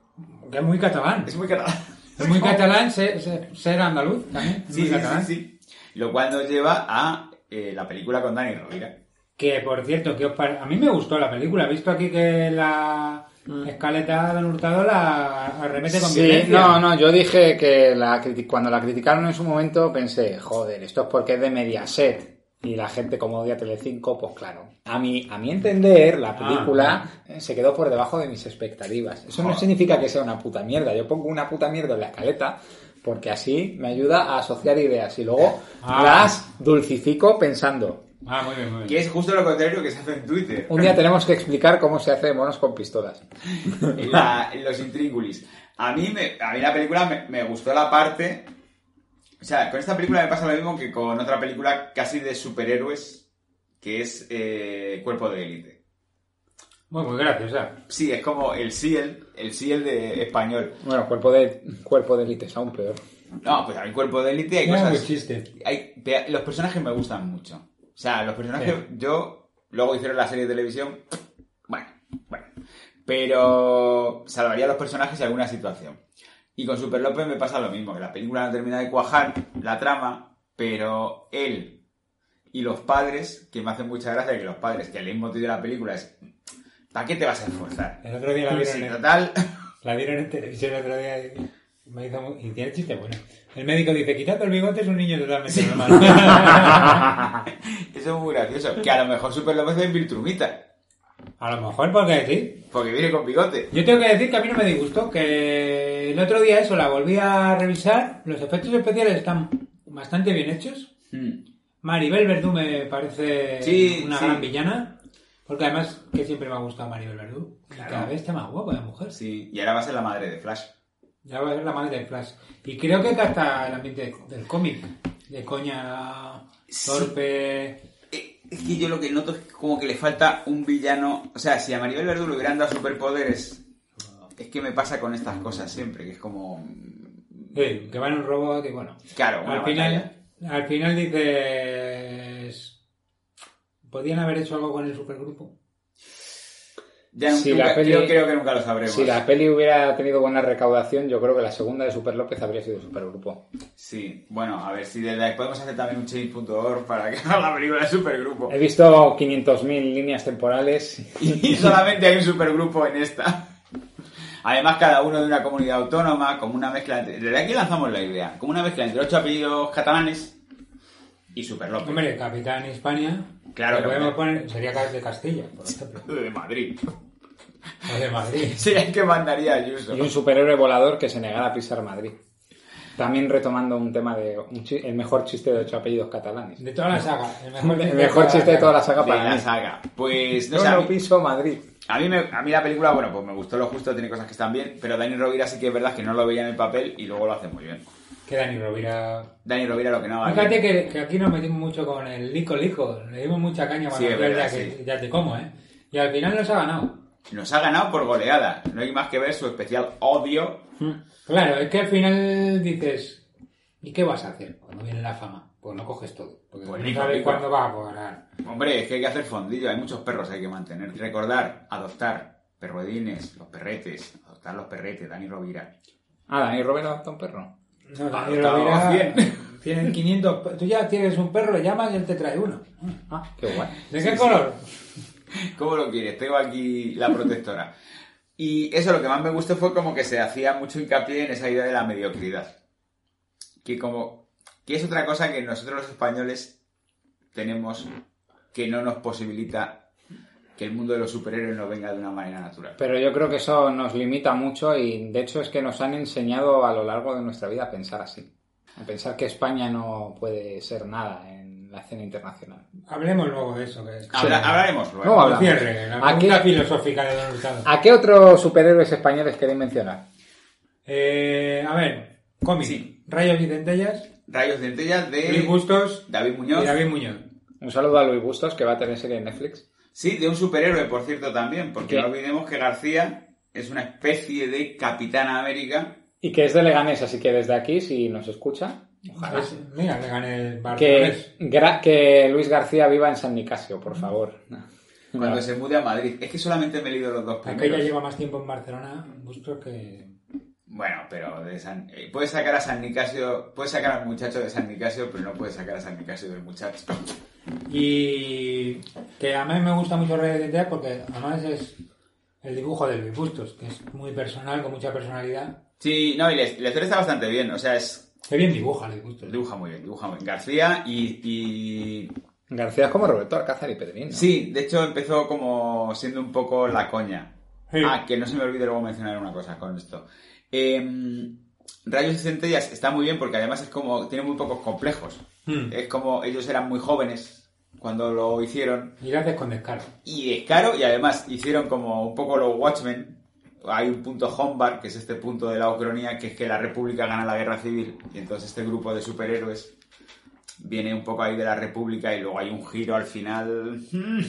Speaker 5: Que es muy catalán.
Speaker 6: Es muy (laughs) catalán.
Speaker 5: Es muy catalán ser, ser- ser andaluz también. es
Speaker 6: Sí,
Speaker 5: muy
Speaker 6: sí,
Speaker 5: catalán.
Speaker 6: sí, sí. Lo cual nos lleva a eh, la película con Dani Rovira.
Speaker 5: Que por cierto, que os pare- a mí me gustó la película. He visto aquí que la escaleta de Don Hurtado la arremete con
Speaker 8: Mm. Sí,
Speaker 5: violencia.
Speaker 8: no, no, yo dije que la criti- cuando la criticaron en su momento pensé, joder, esto es porque es de Mediaset. Y la gente como odia Telecinco, pues claro. A mi, a mi entender,
Speaker 5: Ah,
Speaker 8: la película eh, se quedó por debajo de mis expectativas. Eso no
Speaker 6: Joder.
Speaker 8: significa que sea una puta mierda. Yo pongo una puta mierda en la escaleta porque así me ayuda a asociar ideas y luego
Speaker 5: Ah.
Speaker 8: las dulcifico pensando.
Speaker 5: Ah, muy bien, muy
Speaker 6: Que
Speaker 5: bien.
Speaker 6: es justo lo contrario que se hace en
Speaker 8: (laughs)
Speaker 6: Twitter.
Speaker 5: (laughs)
Speaker 8: Un día tenemos que explicar cómo se hace monos con pistolas.
Speaker 6: En la- en los intríngulis. A mí, me, a mí la película me, me gustó la parte... O sea, con esta película me pasa lo mismo que con otra película casi de superhéroes, que es eh, Cuerpo de Élite.
Speaker 5: Muy, muy graciosa.
Speaker 6: Sí, es como el Ciel, el Ciel de español.
Speaker 8: Bueno, cuerpo de cuerpo de élite es aún peor.
Speaker 6: No, pues a mí Cuerpo de Élite hay
Speaker 5: Era muy
Speaker 6: cosas...
Speaker 5: chiste.
Speaker 6: hay- pe- los personajes me gustan mucho. O sea, los personajes,
Speaker 5: Sí.
Speaker 6: yo, luego hicieron la serie de televisión, bueno, bueno. Pero salvaría a los personajes de alguna situación. Y con Super López me pasa lo mismo, que la película no termina de cuajar la trama, pero él y los padres, que me hacen mucha gracia que los padres, que el mismo título de la película es, ¿para qué te vas a esforzar? (laughs)
Speaker 5: El otro día la
Speaker 6: Si
Speaker 5: vieron en,
Speaker 6: total, (laughs)
Speaker 5: la vieron en televisión el otro día y, me hizo muy- y tiene chiste bueno. El médico dice, quitando el bigote es un niño totalmente normal.
Speaker 8: (laughs)
Speaker 6: eso es muy gracioso. Que a lo mejor Super López es Viltrumita.
Speaker 5: A lo mejor porque sí.
Speaker 6: Porque viene con bigote.
Speaker 5: Yo tengo que decir que a mí no me disgustó, que el otro día eso la volví a revisar, los efectos especiales están bastante bien hechos.
Speaker 6: Mm.
Speaker 5: Maribel Verdú me parece
Speaker 6: Sí,
Speaker 5: una
Speaker 6: sí.
Speaker 5: gran villana, porque además que siempre me ha gustado Maribel Verdú. Y
Speaker 6: Claro.
Speaker 5: Cada vez está más guapa la mujer.
Speaker 6: Sí, y ahora va a ser la madre de Flash.
Speaker 5: Ya va a ser la madre de Flash. Y creo que hasta el ambiente del cómic, de coña torpe...
Speaker 6: Eh, Es que yo lo que noto es que como que le falta un villano. O sea, si a Maribel Verdú le hubieran dado superpoderes. Es que me pasa con estas cosas siempre, que es como.
Speaker 5: Sí, eh, que va en un robot y bueno.
Speaker 6: Claro, una
Speaker 5: al final, al final dices. Podían haber hecho algo con el supergrupo.
Speaker 6: Ya
Speaker 8: Si
Speaker 6: nunca-
Speaker 8: la peli-
Speaker 6: Yo creo que nunca lo sabremos.
Speaker 8: Si la peli hubiera tenido buena recaudación, yo creo que la segunda de Super López habría sido Supergrupo.
Speaker 6: Sí, bueno, a ver si desde ahí podemos hacer también un change.org para que (laughs) haga la película de supergrupo.
Speaker 8: He visto 500.000 líneas temporales. (laughs)
Speaker 6: Y solamente hay un supergrupo en esta. Además, cada uno de una comunidad autónoma, como una mezcla entre... Desde aquí lanzamos la idea. Como una mezcla entre ocho apellidos catalanes y Super López.
Speaker 5: Hombre, Capitán Hispania.
Speaker 6: Claro,
Speaker 5: le podemos
Speaker 6: claro.
Speaker 5: poner. Sería Cas de Castilla, por ejemplo.
Speaker 6: De Madrid. (laughs)
Speaker 5: O de Madrid.
Speaker 6: Sería el que mandaría Ayuso.
Speaker 8: Y un superhéroe volador que se negara a pisar Madrid. También retomando un tema de un chi- el mejor chiste de ocho apellidos catalanes.
Speaker 5: De toda la saga. El mejor,
Speaker 8: El mejor chiste de toda la saga
Speaker 6: de
Speaker 8: para
Speaker 6: la
Speaker 8: mí.
Speaker 6: saga. Pues, no,
Speaker 8: Yo
Speaker 6: sé, a
Speaker 8: no
Speaker 6: mí-
Speaker 8: piso Madrid.
Speaker 6: A mí, me, a mí la película, bueno, pues me gustó lo justo, tiene cosas que están bien, pero Dani Rovira sí que es verdad que no lo veía en el papel y luego lo hace muy bien.
Speaker 5: Que Dani Rovira.
Speaker 6: Dani Rovira lo que no haga
Speaker 5: Fíjate
Speaker 6: bien.
Speaker 5: que, que aquí nos metimos mucho con el lico lico. Le dimos mucha caña
Speaker 6: Sí,
Speaker 5: cuando
Speaker 6: es
Speaker 5: hacía el
Speaker 6: verdad,
Speaker 5: ya, que-
Speaker 6: sí.
Speaker 5: ya te como, ¿eh? Y al final nos ha ganado.
Speaker 6: Nos ha ganado por goleada. No hay más que ver su especial odio.
Speaker 5: Claro, es que al final dices, ¿y qué vas a hacer cuando viene la fama? Pues no coges todo, porque
Speaker 6: Pues
Speaker 5: no
Speaker 6: rico,
Speaker 5: sabes
Speaker 6: rico.
Speaker 5: cuándo va a cobrar.
Speaker 6: Hombre, es que hay que hacer fondillo, hay muchos perros que hay que mantener. Recordar, adoptar perruedines, los perretes, adoptar los perretes, Dani Rovira.
Speaker 8: Ah, Dani Rovira adopta un perro.
Speaker 5: No,
Speaker 6: Ah,
Speaker 5: Dani
Speaker 6: está
Speaker 5: Rovira (laughs)
Speaker 6: bien.
Speaker 5: tiene 500... pe- Tú ya tienes un perro, llamas y él te trae uno.
Speaker 8: Ah, qué guay.
Speaker 5: ¿De qué color?
Speaker 6: ¿Cómo lo quieres? Tengo aquí la protectora. Y eso lo que más me gustó fue como que se hacía mucho hincapié en esa idea de la mediocridad. Que como que es otra cosa que nosotros los españoles tenemos que no nos posibilita que el mundo de los superhéroes nos venga de una manera natural.
Speaker 8: Pero yo creo que eso nos limita mucho y de hecho es que nos han enseñado a lo largo de nuestra vida a pensar así. A pensar que España no puede ser nada en la escena internacional.
Speaker 5: Hablemos luego de eso. Que es
Speaker 6: Ah, Habla- Ah. hablaremos luego.
Speaker 8: No,
Speaker 5: El
Speaker 8: hablamos.
Speaker 5: cierre, la
Speaker 8: ¿A
Speaker 5: pregunta
Speaker 8: qué,
Speaker 5: filosófica de Don Hurtado.
Speaker 8: ¿A qué otros superhéroes españoles queréis mencionar?
Speaker 5: Eh, a ver, cómic,
Speaker 6: Sí.
Speaker 5: Rayos y Centellas,
Speaker 6: Rayos Centellas de
Speaker 5: Luis Bustos
Speaker 6: David Muñoz.
Speaker 5: y David Muñoz.
Speaker 8: Un saludo a Luis Bustos, que va a tener serie en Netflix.
Speaker 6: Sí, de un superhéroe, por cierto, también, porque
Speaker 8: ¿Qué?
Speaker 6: no olvidemos que García es una especie de Capitán América.
Speaker 8: Y que es de Leganés, así que desde aquí, si nos escucha, ojalá.
Speaker 5: Es- mira, le gané el Barcelonés.
Speaker 8: Que, gra- que Luis García viva en San Nicasio, por favor.
Speaker 6: Cuando
Speaker 8: No.
Speaker 6: se mude a Madrid. Es que solamente me he leído los dos
Speaker 5: Aquella
Speaker 6: primeros.
Speaker 5: lleva más tiempo en Barcelona, Bustos, que...
Speaker 6: Bueno, pero de San... eh, puedes sacar a San Nicasio, puedes sacar al muchacho de San Nicasio, pero no puedes sacar a San Nicasio del muchacho.
Speaker 5: Y que a mí me gusta mucho Rey de Identidad porque además es el dibujo de Luis Bustos, que es muy personal, con mucha personalidad.
Speaker 6: Sí, no, y la la historia está bastante bien, o sea, es
Speaker 5: Qué bien dibuja Luis Bustos.
Speaker 6: dibuja muy bien, dibuja muy bien. García y, y
Speaker 8: García es como Roberto Alcázar y Pedrín. ¿no?
Speaker 6: Sí, de hecho empezó como siendo un poco la coña.
Speaker 5: Sí.
Speaker 6: Ah, que no se me olvide luego mencionar una cosa con esto. Eh, Rayos y Centellas está muy bien porque además es como, tiene muy pocos complejos.
Speaker 5: Hmm.
Speaker 6: Es como ellos eran muy jóvenes cuando lo hicieron
Speaker 5: Y lo haces con descaro.
Speaker 6: y descaro y además hicieron como un poco los Watchmen. Hay un punto Hombar, que es este punto de la ucronía, que es que la República gana la guerra civil y entonces este grupo de superhéroes viene un poco ahí de la República y luego hay un giro al final mm,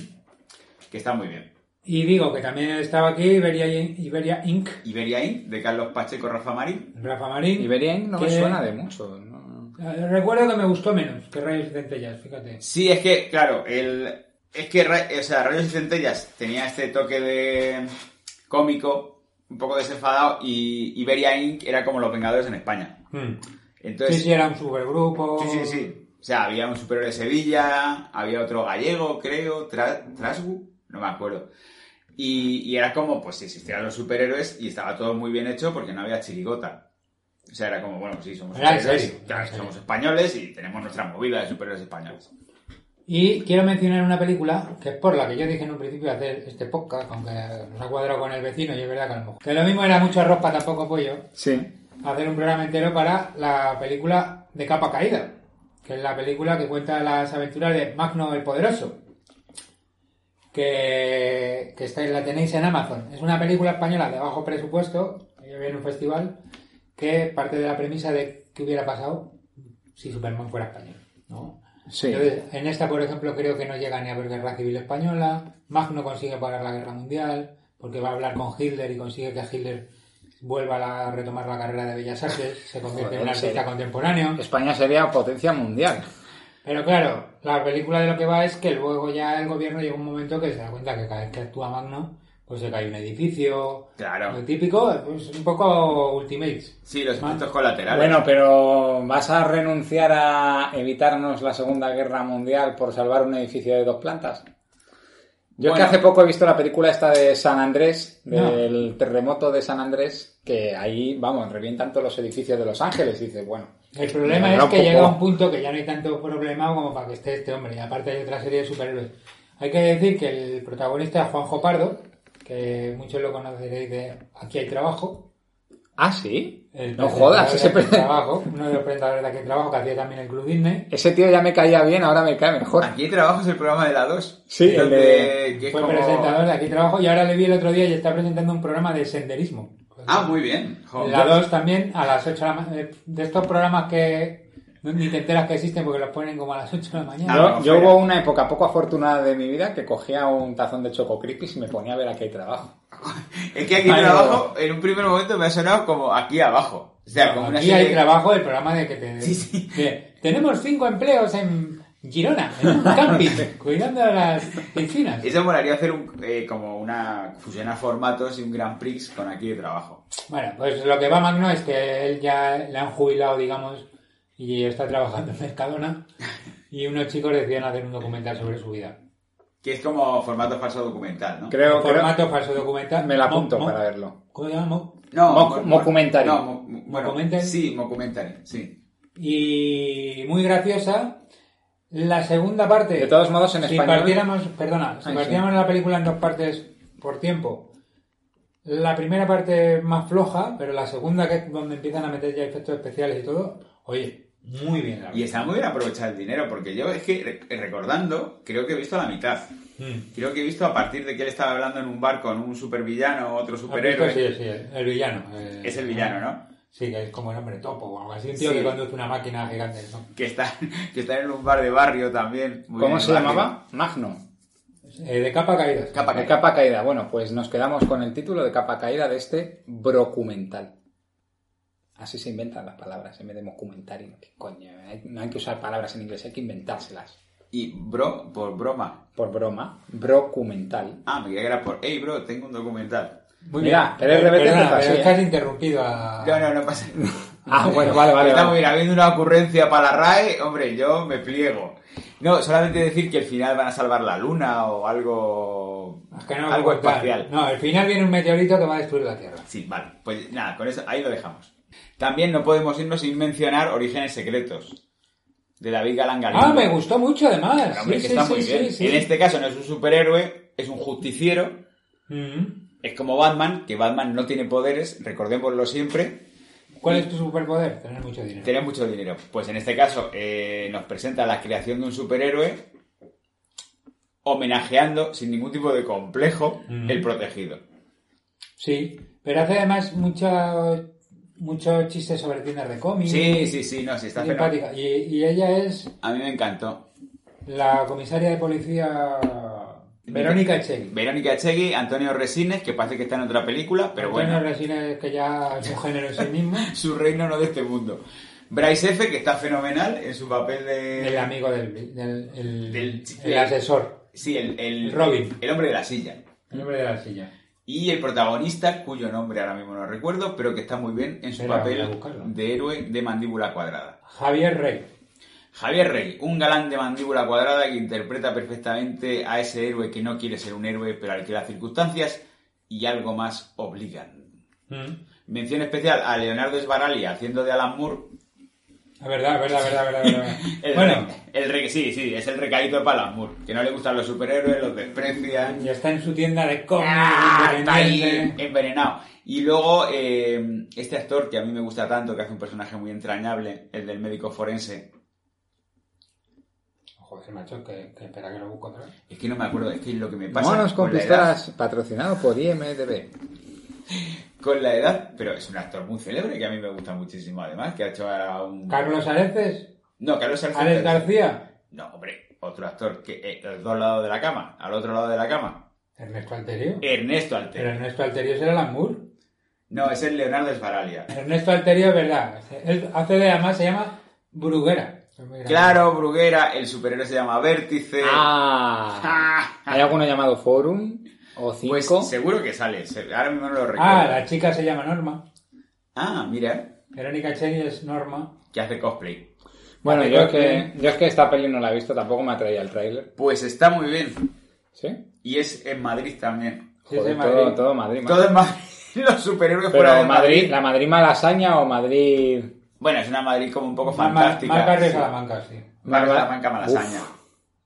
Speaker 6: que está muy bien.
Speaker 5: Y digo que también estaba aquí Iberia, Iberia Inc.,
Speaker 6: Iberia Inc. de Carlos Pacheco Rafa Marín.
Speaker 5: Rafa Marín.
Speaker 8: Iberia Inc. no me
Speaker 5: que-
Speaker 8: suena de mucho. ¿no?
Speaker 5: Eh, Recuerdo que me gustó menos que Rayos y Centellas, fíjate.
Speaker 6: Sí, es que, claro, el, es que Ra- o sea, Rayos y Centellas tenía este toque de cómico, un poco desenfadado, y Iberia Inc. era como los Vengadores en España.
Speaker 5: Hmm.
Speaker 6: Entonces,
Speaker 5: sí, sí, era un supergrupo.
Speaker 6: Sí, sí, sí. O sea, había un superior de Sevilla, había otro gallego, creo, Tra- Trasgu, no me acuerdo. Y, y era como, pues existían los superhéroes y estaba todo muy bien hecho porque no había chirigota. O sea, era como, bueno, pues sí, somos
Speaker 5: Era en
Speaker 6: superhéroes,
Speaker 5: serio,
Speaker 6: claro,
Speaker 5: en serio.
Speaker 6: somos españoles y tenemos nuestra movida de superhéroes españoles.
Speaker 5: Y quiero mencionar una película que es por la que yo dije en un principio hacer este podcast, aunque nos ha cuadrado con el vecino y es verdad que a lo mejor- Que lo mismo era mucho arroz para tan poco pollo.
Speaker 8: Sí.
Speaker 5: Hacer un programa entero para la película de capa caída, que es la película que cuenta las aventuras de Magno el Poderoso. Que, que estáis, la tenéis en Amazon. Es una película española de bajo presupuesto, que yo vi en un festival, que parte de la premisa de qué hubiera pasado si Superman fuera español. ¿no?
Speaker 8: Sí.
Speaker 5: Entonces, en esta, por ejemplo, creo que no llega ni a haber guerra civil española. Magno consigue parar la guerra mundial porque va a hablar con Hitler y consigue que Hitler vuelva a la- a retomar la carrera de Bellas Artes, se convierte en un
Speaker 8: Joder,
Speaker 5: artista
Speaker 8: sería-
Speaker 5: contemporáneo.
Speaker 8: España sería potencia mundial.
Speaker 5: Pero claro, la película de lo que va es que luego ya el gobierno llega un momento que se da cuenta que cada vez que actúa Magno, pues se cae un edificio.
Speaker 6: Claro.
Speaker 5: Lo típico, pues un poco Ultimates.
Speaker 6: Sí, los efectos colaterales.
Speaker 8: Bueno, pero ¿vas a renunciar a evitarnos la Segunda Guerra Mundial por salvar un edificio de dos plantas? Yo es que
Speaker 6: Bueno.
Speaker 8: hace poco he visto la película esta de San Andrés, del terremoto de San Andrés, que ahí, vamos, revientan todos los edificios de Los Ángeles. Dice, bueno.
Speaker 5: El problema
Speaker 8: me
Speaker 5: es
Speaker 8: da un
Speaker 5: que
Speaker 8: poco-
Speaker 5: llega un punto que ya no hay tanto problema como para que esté este hombre. Y aparte hay otra serie de superhéroes. Hay que decir que el protagonista es Juanjo Pardo, que muchos lo conoceréis de Aquí hay trabajo.
Speaker 8: Ah, sí.
Speaker 5: El
Speaker 8: No jodas, ese,
Speaker 5: presentador de Aquí hay
Speaker 8: pe-
Speaker 5: trabajo, uno de los presentadores de Aquí hay trabajo que hacía también el Club Disney.
Speaker 8: ese tío ya me caía bien, ahora me cae mejor.
Speaker 6: Aquí trabajas el programa de la 2.
Speaker 8: Sí, el
Speaker 6: donde,
Speaker 8: de-
Speaker 6: que es
Speaker 5: Fue
Speaker 6: como-
Speaker 5: presentador de Aquí hay trabajo y ahora le vi el otro día y está presentando un programa de senderismo.
Speaker 6: Ah, muy bien. Joder.
Speaker 5: La 2 también a las 8 de la mañana. De estos programas que ni te enteras que existen porque los ponen como a las 8 de la mañana.
Speaker 6: Ah,
Speaker 8: Yo,
Speaker 6: no,
Speaker 8: yo
Speaker 6: fuera.
Speaker 8: hubo una época poco afortunada de mi vida que cogía un tazón de choco Crispies y me ponía a ver a qué hay trabajo.
Speaker 6: Es que aquí
Speaker 8: Vale,
Speaker 6: trabajo, en un primer momento me ha sonado como aquí abajo. O sea, como una
Speaker 5: Aquí
Speaker 6: serie-
Speaker 5: hay trabajo el programa de que te... de, tenemos cinco empleos en Girona, en
Speaker 6: (laughs)
Speaker 5: un camping, cuidando de las piscinas.
Speaker 6: Eso molaría hacer un, eh, como una fusión a formatos y un Grand Prix con aquí de trabajo.
Speaker 5: Bueno, pues lo que va Magno es que él ya le han jubilado, digamos, y está trabajando en Mercadona. Y unos chicos decían hacer un documental sobre su vida.
Speaker 6: Que es como formato falso documental, ¿no?
Speaker 8: Creo, creo
Speaker 5: Formato falso documental.
Speaker 8: me la
Speaker 5: Mo-
Speaker 8: apunto
Speaker 5: mo-
Speaker 8: para verlo.
Speaker 5: ¿Cómo se llama? Mo-
Speaker 6: No,
Speaker 8: Moc-
Speaker 6: mo-
Speaker 8: mockumentary.
Speaker 6: No, mo- mo- bueno,
Speaker 5: Mockumentary.
Speaker 6: Sí, mockumentary, sí.
Speaker 5: Y muy graciosa. La segunda parte.
Speaker 8: De todos modos, en
Speaker 5: si
Speaker 8: español-
Speaker 5: partiéramos, perdona, si
Speaker 8: Ay, sí.
Speaker 5: partiéramos la película en dos partes por tiempo, la primera parte más floja, pero la segunda, que es donde empiezan a meter ya efectos especiales y todo, oye, muy bien. La
Speaker 6: Y está muy bien aprovechar el dinero, porque yo es que re- recordando, creo que he visto la mitad.
Speaker 5: Mm.
Speaker 6: Creo que he visto a partir de que él estaba hablando en un bar con un supervillano, otro
Speaker 5: Ah,
Speaker 6: superhéroe.
Speaker 5: Sí, sí, el villano. eh,
Speaker 6: Es el villano, ¿no?
Speaker 5: Sí, que es como el hombre topo o algo así, un tío
Speaker 6: Sí.
Speaker 5: que conduce una máquina gigante. ¿no?
Speaker 6: Que está, (laughs) que está en un bar de barrio también. muy
Speaker 8: ¿Cómo
Speaker 6: bien,
Speaker 8: se
Speaker 6: barrio.
Speaker 8: llamaba? Magno.
Speaker 5: Eh, de capa caída.
Speaker 6: Capa
Speaker 8: de
Speaker 6: caída.
Speaker 8: capa caída. Bueno, pues nos quedamos con el título de capa caída de este brocumental. Así se inventan las palabras en vez de documentario. ¿Qué coño? Hay- No hay que usar palabras en inglés, hay que inventárselas.
Speaker 6: Y bro, por broma.
Speaker 8: Por broma, brocumental.
Speaker 6: Ah, me creía que era por, hey bro, tengo un documental.
Speaker 5: Muy
Speaker 8: Mira,
Speaker 5: bien.
Speaker 8: pero es rebelde,
Speaker 5: Perdona,
Speaker 8: pero
Speaker 5: pero
Speaker 8: así,
Speaker 5: es que
Speaker 8: ¿eh?
Speaker 5: has interrumpido a...
Speaker 6: No, no, no pasa nada.
Speaker 8: (laughs) Ah, bueno, vale, vale.
Speaker 6: Estamos,
Speaker 8: vale.
Speaker 6: mira, viendo una ocurrencia para la RAE, hombre, yo me pliego. No, solamente decir que al final van a salvar la luna o algo.
Speaker 5: Es que no me
Speaker 6: algo
Speaker 5: puedo contar.
Speaker 6: espacial.
Speaker 5: No, al final viene un meteorito que va a destruir la Tierra.
Speaker 6: Sí, vale. Pues nada, con eso ahí lo dejamos. También no podemos irnos sin mencionar Orígenes Secretos. De David Galán Galindo.
Speaker 5: Ah, me gustó mucho además.
Speaker 6: Hombre, que
Speaker 5: Sí, sí,
Speaker 6: está
Speaker 5: sí,
Speaker 6: muy
Speaker 5: sí,
Speaker 6: bien.
Speaker 5: sí.
Speaker 6: En este caso no es un superhéroe, es un justiciero.
Speaker 5: Mm.
Speaker 6: Es como Batman, que Batman no tiene poderes, recordémoslo siempre.
Speaker 5: ¿Cuál es tu superpoder? Tener mucho dinero.
Speaker 6: Tener mucho dinero. Pues en este caso eh, nos presenta la creación de un superhéroe homenajeando sin ningún tipo de complejo
Speaker 5: Mm.
Speaker 6: el protegido.
Speaker 5: Sí, pero hace además muchos mucho chistes sobre tiendas de cómics.
Speaker 6: Sí, sí, sí, no, sí, está fenomenal.
Speaker 5: simpática. Y, y ella es
Speaker 6: A mí me encantó.
Speaker 5: la comisaria de policía Verónica Echegui.
Speaker 6: Verónica Echegui, Antonio Resines, que parece que está en otra película, pero
Speaker 5: Antonio
Speaker 6: bueno,
Speaker 5: Resines, que ya es un género en sí
Speaker 6: (laughs)
Speaker 5: mismo.
Speaker 6: su reino no de este mundo. Bryce F., que está fenomenal en su papel de...
Speaker 5: El amigo del... del- el,
Speaker 6: Del-
Speaker 5: el asesor.
Speaker 6: Sí, el, el-
Speaker 5: Robin.
Speaker 6: El hombre de la silla.
Speaker 5: El hombre de la silla.
Speaker 6: Y el protagonista, cuyo nombre ahora mismo no recuerdo, pero que está muy bien en su
Speaker 5: Espera, voy a
Speaker 6: papel
Speaker 5: buscarlo.
Speaker 6: de héroe de mandíbula cuadrada.
Speaker 5: Javier Rey.
Speaker 6: Javier Rey, un galán de mandíbula cuadrada que interpreta perfectamente a ese héroe que no quiere ser un héroe, pero al que las circunstancias y algo más Mm. obligan. Mención especial a Leonardo Sbaraglia haciendo de Alan Moore,
Speaker 5: La Ah, verdad, verdad, verdad, verdad. verdad.
Speaker 6: (laughs) El
Speaker 5: bueno,
Speaker 6: re- el re- sí, sí, es el recaído de Palamur, que no le gustan los superhéroes, los desprecian.
Speaker 5: y está en su tienda de cómics
Speaker 6: Ah, está ahí
Speaker 5: independiente.
Speaker 6: envenenado. Y luego, eh, este actor que a mí me gusta tanto, que hace un personaje muy entrañable, el del médico forense.
Speaker 5: Joder, macho, que, que espera que lo busco otra vez.
Speaker 6: Es que no me acuerdo, es que es lo que me pasa.
Speaker 8: Monos con
Speaker 6: con la edad.
Speaker 8: pistolas, patrocinado por IMDB.
Speaker 6: con la edad, pero es un actor muy célebre que a mí me gusta muchísimo, además, que ha hecho ahora un...
Speaker 5: Carlos Areces,
Speaker 6: No, Carlos Arce-
Speaker 5: Alex García,
Speaker 6: No, hombre, otro actor que... eh, los dos lados de la cama, al otro lado de la cama.
Speaker 5: Ernesto Alterio.
Speaker 6: Ernesto
Speaker 5: Pero
Speaker 6: Alter.
Speaker 5: Ernesto Alterio es el Alan Moore.
Speaker 6: No, es el Leonardo Esbaralia.
Speaker 5: Ernesto Alterio es verdad. Él hace de además se llama Bruguera. Es muy grande.
Speaker 6: Claro, Bruguera, el superhéroe se llama Vértice.
Speaker 8: Ah, ¿Hay alguno llamado Forum o
Speaker 6: Pues
Speaker 8: 5?
Speaker 6: seguro que sale, se- ahora mismo no lo recuerdo.
Speaker 5: Ah, la chica se llama Norma.
Speaker 6: Ah, mira,
Speaker 5: Verónica Cheri es Norma.
Speaker 6: que hace cosplay.
Speaker 8: bueno,
Speaker 5: la
Speaker 8: yo es, que,
Speaker 5: película-
Speaker 8: yo es que esta peli no la he visto, tampoco me atraía el tráiler.
Speaker 6: Pues está muy bien.
Speaker 8: ¿Sí?
Speaker 6: Y es en Madrid también.
Speaker 5: Sí, es de
Speaker 8: Joder, todo,
Speaker 5: Madrid.
Speaker 8: todo Madrid.
Speaker 6: Todo en Madrid, (laughs) los superhéroes
Speaker 8: Pero
Speaker 6: fuera de
Speaker 8: Madrid, ¿la Madrid malasaña o Madrid...?
Speaker 6: Bueno, es una Madrid como un poco
Speaker 5: Mar-
Speaker 6: Oh, fantástica.
Speaker 5: Mar- Marca de
Speaker 6: sí.
Speaker 5: Salamanca, sí.
Speaker 6: Mar-
Speaker 8: Mar-
Speaker 6: Salamanca, Malasaña.
Speaker 8: Uf.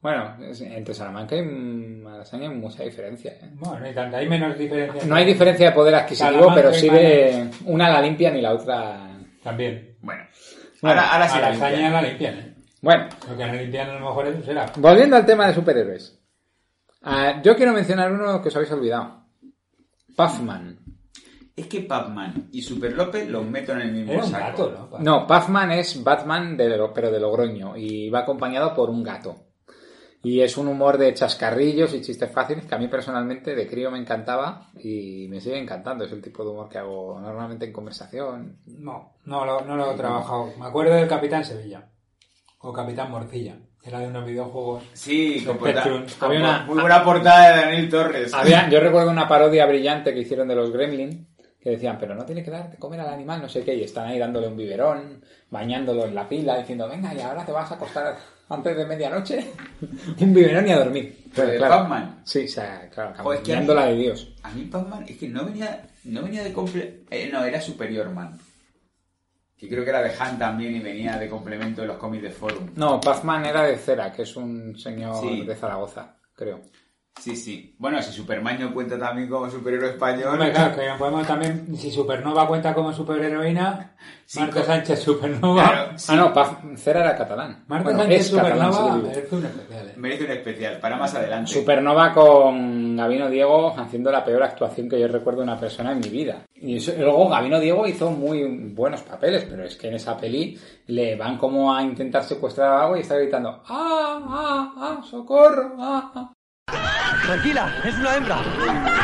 Speaker 8: Bueno, es- entre Salamanca y Malasaña hay mucha diferencia. ¿eh?
Speaker 5: Bueno, no hay tanta, hay menos diferencia.
Speaker 8: No hay diferencia de poder adquisitivo,
Speaker 5: Salamanca
Speaker 8: pero
Speaker 5: y
Speaker 8: sí de una la limpia ni la otra...
Speaker 5: También.
Speaker 6: Bueno,
Speaker 8: Bueno,
Speaker 6: ahora, ahora sí.
Speaker 5: a
Speaker 6: la
Speaker 5: la
Speaker 6: limpia.
Speaker 5: hazaña la limpian, ¿eh?
Speaker 8: Bueno,
Speaker 5: Lo que no limpian a lo mejor eso será.
Speaker 8: volviendo al tema de superhéroes. Ah, yo quiero mencionar uno que os habéis olvidado. Puffman.
Speaker 6: Es que Pac-Man y Super López los meto en el mismo
Speaker 5: Era un
Speaker 6: saco.
Speaker 5: gato, ¿no?
Speaker 8: No, Puffman es Batman, de, Lo- pero de Logroño, y va acompañado por un gato. Y es un humor de chascarrillos y chistes fáciles que a mí personalmente de crío me encantaba y me sigue encantando. Es el tipo de humor que hago normalmente en conversación.
Speaker 5: No, no lo, no lo he trabajado. Me acuerdo del Capitán Sevilla. O Capitán Morcilla. que Era de unos videojuegos.
Speaker 6: Sí, con porta-
Speaker 5: Spectrum.
Speaker 6: con
Speaker 8: (laughs) Había una-
Speaker 6: muy buena portada de Daniel Torres.
Speaker 8: Había, yo recuerdo una parodia brillante que hicieron de los Gremlin que decían, pero no tiene que dar de comer al animal, no sé qué, y están ahí dándole un biberón, bañándolo en la pila, diciendo, venga, y ahora te vas a acostar antes de medianoche (laughs) un biberón y a dormir.
Speaker 6: Pero
Speaker 8: Bueno,
Speaker 6: de
Speaker 8: claro.
Speaker 6: Pac-Man.
Speaker 8: Sí, o sea, claro,
Speaker 6: Joder, es que
Speaker 8: cambiando la
Speaker 6: hay-
Speaker 8: de Dios.
Speaker 6: A mí Pac-Man es que no venía, no venía de comple... eh, no, era Superior Man. Que creo que era de Han también y venía de complemento de los cómics de Forum.
Speaker 8: No, Pazman era de Cera, que es un señor
Speaker 6: Sí.
Speaker 8: de Zaragoza, creo.
Speaker 6: Sí, sí. Bueno, si Superman no cuenta también como superhéroe español.
Speaker 5: Hombre, claro, que podemos también, si Supernova cuenta como superheroína,
Speaker 6: Sí,
Speaker 5: Marta
Speaker 6: co-
Speaker 5: Sánchez Supernova.
Speaker 6: Claro,
Speaker 8: Ah, no, Paz- Cera era catalán.
Speaker 5: Marta
Speaker 8: Bueno,
Speaker 5: Sánchez
Speaker 8: es catalán,
Speaker 5: Supernova
Speaker 8: se digo.
Speaker 5: merece un especial, ¿eh?
Speaker 6: Merece un especial, para más adelante.
Speaker 8: Supernova con Gabino Diego haciendo la peor actuación que yo recuerdo de una persona en mi vida. Y eso- luego Gabino Diego hizo muy buenos papeles, pero es que en esa peli le van como a intentar secuestrar algo y está gritando ¡Ah, ah, ah, socorro! ¡Ah, ah".
Speaker 12: Tranquila, es una hembra.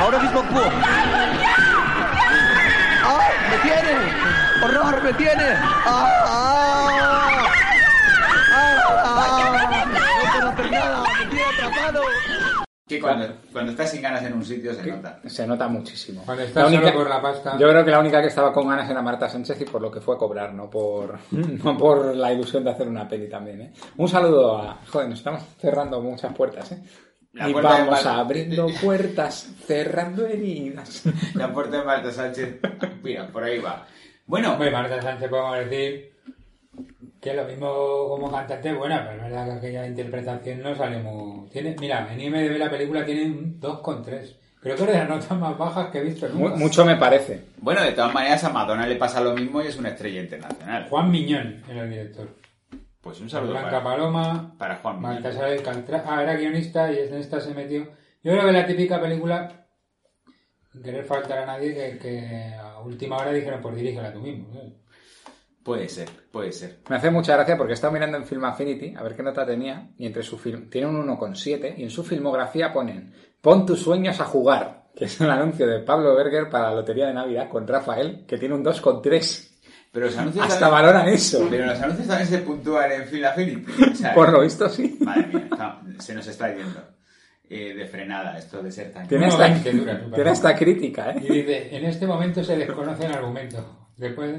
Speaker 12: Ahora mismo actúo. ¡Ay, me tiene! ¡Horror, me tiene! ¡Ah, ah! ¡Ah! ¡No puedo hacer nada! ¡Me tiene atrapado!
Speaker 6: Que cuando, cuando estás sin ganas en un sitio se nota.
Speaker 8: Se nota muchísimo.
Speaker 5: Cuando estás solo con la pasta.
Speaker 8: Yo creo que la única que estaba con ganas era Marta Sánchez y por lo que fue a cobrar, no por, (laughs) no por la ilusión de hacer una peli también. ¿eh? Un saludo a. Joder, nos estamos cerrando muchas puertas. ¿eh?
Speaker 6: La
Speaker 8: y
Speaker 6: puerta de
Speaker 8: vamos
Speaker 6: Mar- (laughs)
Speaker 8: abriendo puertas, cerrando heridas. (laughs)
Speaker 6: La puerta de Marta
Speaker 5: (laughs)
Speaker 6: Sánchez. Mira, por ahí va. Bueno,
Speaker 5: Hombre, Marta Sánchez podemos decir que lo mismo como cantante es buena, pero es verdad que aquella interpretación no sale muy... Tiene, mira, en IMDB la película tiene un 2,3. Creo que es de las notas más bajas que he visto
Speaker 8: Mu-
Speaker 5: nunca.
Speaker 8: Mucho me parece.
Speaker 6: bueno, de todas maneras a Madonna le pasa lo mismo y es una estrella internacional.
Speaker 5: Juan Miñón era el director.
Speaker 6: Pues un saludo
Speaker 5: Blanca
Speaker 6: para,
Speaker 5: Paloma,
Speaker 6: para Juan. Miguel.
Speaker 5: Baltasar Alcantara. Ah, era guionista y en esta se metió. Yo creo que la típica película, sin querer faltar a nadie, que, que a última hora dijeron, pues dirígela tú mismo. ¿eh?
Speaker 6: Puede ser, puede ser.
Speaker 8: Me hace mucha gracia porque he estado mirando en Film Affinity a ver qué nota tenía y entre su film tiene un 1,7 y en su filmografía ponen Pon tus sueños a jugar, que es un anuncio de Pablo Berger para la Lotería de Navidad con Rafael, que tiene un 2,3.
Speaker 6: Pero los anuncios
Speaker 8: Hasta
Speaker 6: también-
Speaker 8: valoran eso.
Speaker 6: Pero los anuncios también se puntúan en Phil Affinity. O sea,
Speaker 8: (laughs) Por lo visto, sí.
Speaker 6: Madre mía, está- se nos está yendo eh, de frenada esto de ser tan...
Speaker 8: Tiene
Speaker 5: No,
Speaker 8: esta,
Speaker 5: ven, que dura, super
Speaker 8: tiene esta crítica,
Speaker 5: Y
Speaker 8: ¿eh?
Speaker 5: dice, en este momento se desconoce el argumento. Después,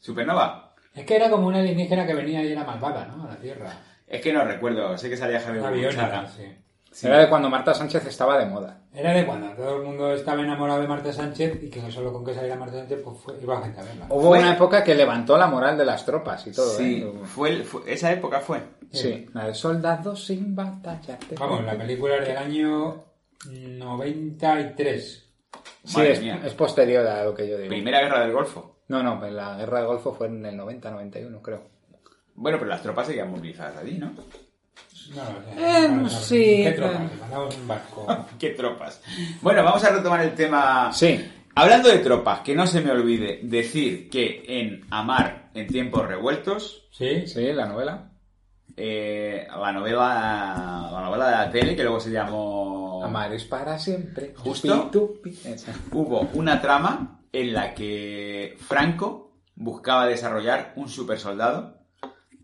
Speaker 6: Supernova.
Speaker 5: es que era como una alienígena que venía y era malvada, ¿no? A la Tierra.
Speaker 6: Es que no recuerdo, sé que salía Javier
Speaker 5: Una biónica,
Speaker 6: Burruchaga.
Speaker 5: sí.
Speaker 6: Sí.
Speaker 8: Era de cuando Marta Sánchez estaba de moda.
Speaker 5: Era de cuando todo el mundo estaba enamorado de Marta Sánchez y que solo con que saliera Marta Sánchez pues fue- iba gente a verla.
Speaker 8: Hubo una época que levantó la moral de las tropas y todo.
Speaker 6: Sí,
Speaker 8: ¿eh?
Speaker 6: fue, el- fue- esa época fue.
Speaker 8: Sí, la de soldados sin batalla.
Speaker 5: Vamos, la película es del año 93.
Speaker 8: Sí,
Speaker 6: Madre
Speaker 8: es,
Speaker 6: mía.
Speaker 8: es posterior a lo que yo digo.
Speaker 6: Primera guerra del Golfo.
Speaker 8: No, no, pues la guerra de Golfo fue en el 90-91, creo.
Speaker 6: Bueno, pero las tropas seguían movilizadas allí, ¿no? (laughs)
Speaker 5: No, no,
Speaker 8: Eh,
Speaker 5: no, no,
Speaker 8: sí,
Speaker 5: ¿Qué
Speaker 8: claro.
Speaker 5: tropas? Le mandamos un barco.
Speaker 6: ¿Qué tropas? Bueno, vamos a retomar el
Speaker 5: Ah.
Speaker 6: tema.
Speaker 8: Sí,
Speaker 6: Hablando de tropas, que no se me olvide decir que en Amar en tiempos revueltos,
Speaker 5: ¿Sí?
Speaker 8: sí, la novela.
Speaker 6: eh, la novela la novela de la tele que luego se
Speaker 5: Oh.
Speaker 6: llamó
Speaker 8: Amar es para siempre.
Speaker 6: Justo.
Speaker 8: Tupi, tupi. Esa.
Speaker 6: hubo una trama en la que Franco buscaba desarrollar un super soldado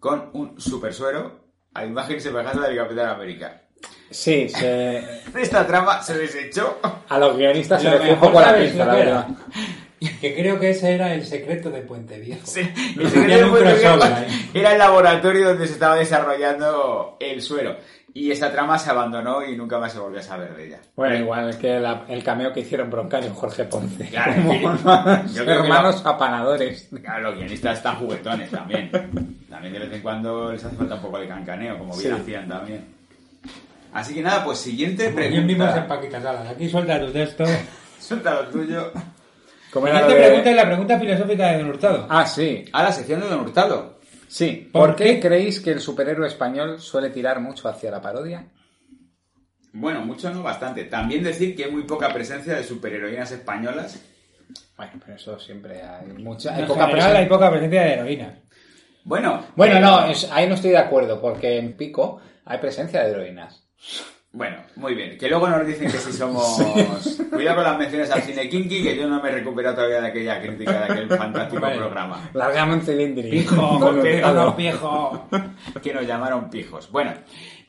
Speaker 6: con un super suero a imagen y semejanza del Capitán América.
Speaker 5: (laughs)
Speaker 8: Sí, se-
Speaker 6: De Esta trama se desechó. (laughs)
Speaker 8: a los guionistas se
Speaker 5: Lo
Speaker 8: les fue un
Speaker 5: mejor,
Speaker 8: poco la
Speaker 5: ¿sabes
Speaker 8: pinza,
Speaker 5: lo
Speaker 8: la
Speaker 5: que era?
Speaker 8: verdad.
Speaker 5: Que creo que ese era el secreto de Puente Viejo.
Speaker 6: Sí, y
Speaker 5: Lo
Speaker 6: se
Speaker 5: tenían
Speaker 6: creía
Speaker 5: un
Speaker 6: muy
Speaker 5: crossover
Speaker 6: bien.
Speaker 5: ahí.
Speaker 6: Era el laboratorio donde se estaba desarrollando el suero. Y esa trama se abandonó y nunca más se volvió a saber de ella.
Speaker 8: Bueno, igual que la- el cameo que hicieron Broncano y Jorge Ponce. (laughs)
Speaker 6: Claro,
Speaker 8: Como
Speaker 6: sí.
Speaker 8: hermanos, (laughs)
Speaker 6: Yo creo que
Speaker 8: hermanos apanadores.
Speaker 6: Claro, los guionistas están juguetones también. También de vez en cuando les hace falta un poco de cancaneo, como bien
Speaker 8: Sí.
Speaker 6: hacían también. Así que nada, pues siguiente
Speaker 5: Bien vimos en
Speaker 6: pregunta.
Speaker 5: Paquitas Alas. Aquí soldados de esto.
Speaker 6: Suelta lo tuyo.
Speaker 8: Como era
Speaker 5: La
Speaker 8: lo
Speaker 5: siguiente
Speaker 8: de-
Speaker 5: pregunta es la pregunta filosófica de Don Hurtado.
Speaker 8: Ah, sí,
Speaker 6: A la sección de Don Hurtado.
Speaker 8: sí.
Speaker 5: ¿Por
Speaker 8: ¿Por, qué
Speaker 5: qué?
Speaker 8: creéis que el superhéroe español suele tirar mucho hacia la parodia?
Speaker 6: Bueno, mucho no, bastante. También decir que hay muy poca presencia de superheroínas españolas.
Speaker 8: Bueno, pero eso siempre hay mucha...
Speaker 5: En
Speaker 8: Hay
Speaker 5: general,
Speaker 8: poca presencia.
Speaker 5: hay poca presencia de heroína.
Speaker 6: Bueno,
Speaker 8: Bueno,
Speaker 6: eh,
Speaker 8: no, es- ahí no estoy de acuerdo, porque en Pico hay presencia de heroínas.
Speaker 6: Bueno, muy bien. Que luego nos dicen que si somos. Cuidado con las menciones al cine kinky, que yo no me he recuperado todavía de aquella crítica de aquel fantástico
Speaker 5: Vale.
Speaker 6: programa.
Speaker 8: Largamos un cilindro.
Speaker 5: Pijo,
Speaker 8: (laughs) Con
Speaker 5: pijo,
Speaker 8: Hurtado.
Speaker 5: no, pijo.
Speaker 6: Que nos llamaron pijos. Bueno,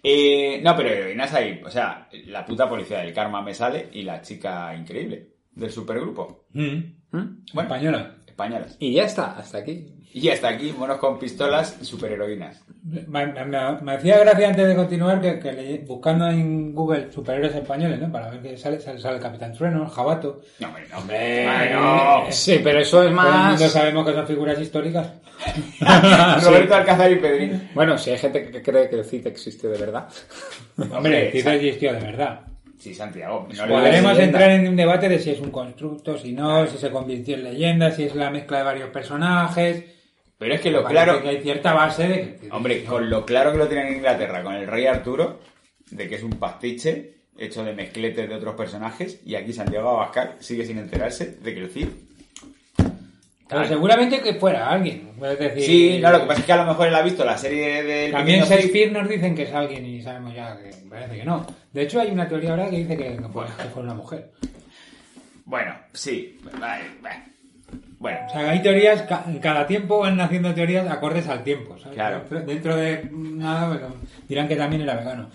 Speaker 6: eh, no, pero heroínas ahí. O sea, la puta policía del karma me sale y la chica increíble del supergrupo.
Speaker 8: ¿Mm?
Speaker 6: Bueno.
Speaker 5: Española.
Speaker 6: Españolas.
Speaker 8: Y ya está, hasta aquí.
Speaker 6: Y hasta aquí, monos con pistolas, superheroínas.
Speaker 5: Me, me- me- me hacía gracia antes de continuar que, que le- buscando en Google superhéroes españoles, ¿no? Para ver que sale, sale, sale el Capitán Trueno, el Jabato.
Speaker 6: No, hombre, no, hombre. (laughs) Bueno,
Speaker 8: Sí, pero eso
Speaker 5: Todo
Speaker 8: es
Speaker 5: el
Speaker 8: más...
Speaker 5: mundo sabemos que son figuras históricas.
Speaker 6: Roberto Alcázar y Pedrín.
Speaker 8: Bueno, si hay gente que cree que el CIT existe de verdad.
Speaker 5: Hombre,
Speaker 6: sí,
Speaker 8: (laughs)
Speaker 5: quizás existió de verdad.
Speaker 6: Sí, Santiago. no le
Speaker 5: Podremos
Speaker 6: hagas leyenda.
Speaker 5: entrar en un debate de si es un constructo, si no, si se convirtió en leyenda, si es la mezcla de varios personajes.
Speaker 6: Pero es que lo
Speaker 5: Parece
Speaker 6: claro.
Speaker 5: Que hay cierta base de que.
Speaker 6: Hombre, con lo claro que lo tienen en Inglaterra, con el rey Arturo, de que es un pastiche hecho de mezcletes de otros personajes, y aquí Santiago Abascal sigue sin enterarse de que el Cid...
Speaker 5: Pero seguramente que fuera alguien. Es decir,
Speaker 8: Eh,
Speaker 6: Sí, no, lo que pasa es que a lo mejor él ha visto la serie del
Speaker 5: También
Speaker 6: pequeño Cid.
Speaker 5: Shakespeare nos dicen que es alguien y sabemos ya que parece que no. De hecho, hay una teoría ahora que dice que, que fue, que fue una mujer.
Speaker 6: Bueno, sí, vale, vale. Bueno, (laughs)
Speaker 5: O sea, hay teorías, ca- cada tiempo van naciendo teorías acordes al tiempo. ¿sabes?
Speaker 6: Claro.
Speaker 5: Dentro, dentro de nada, bueno, dirán que también era vegano.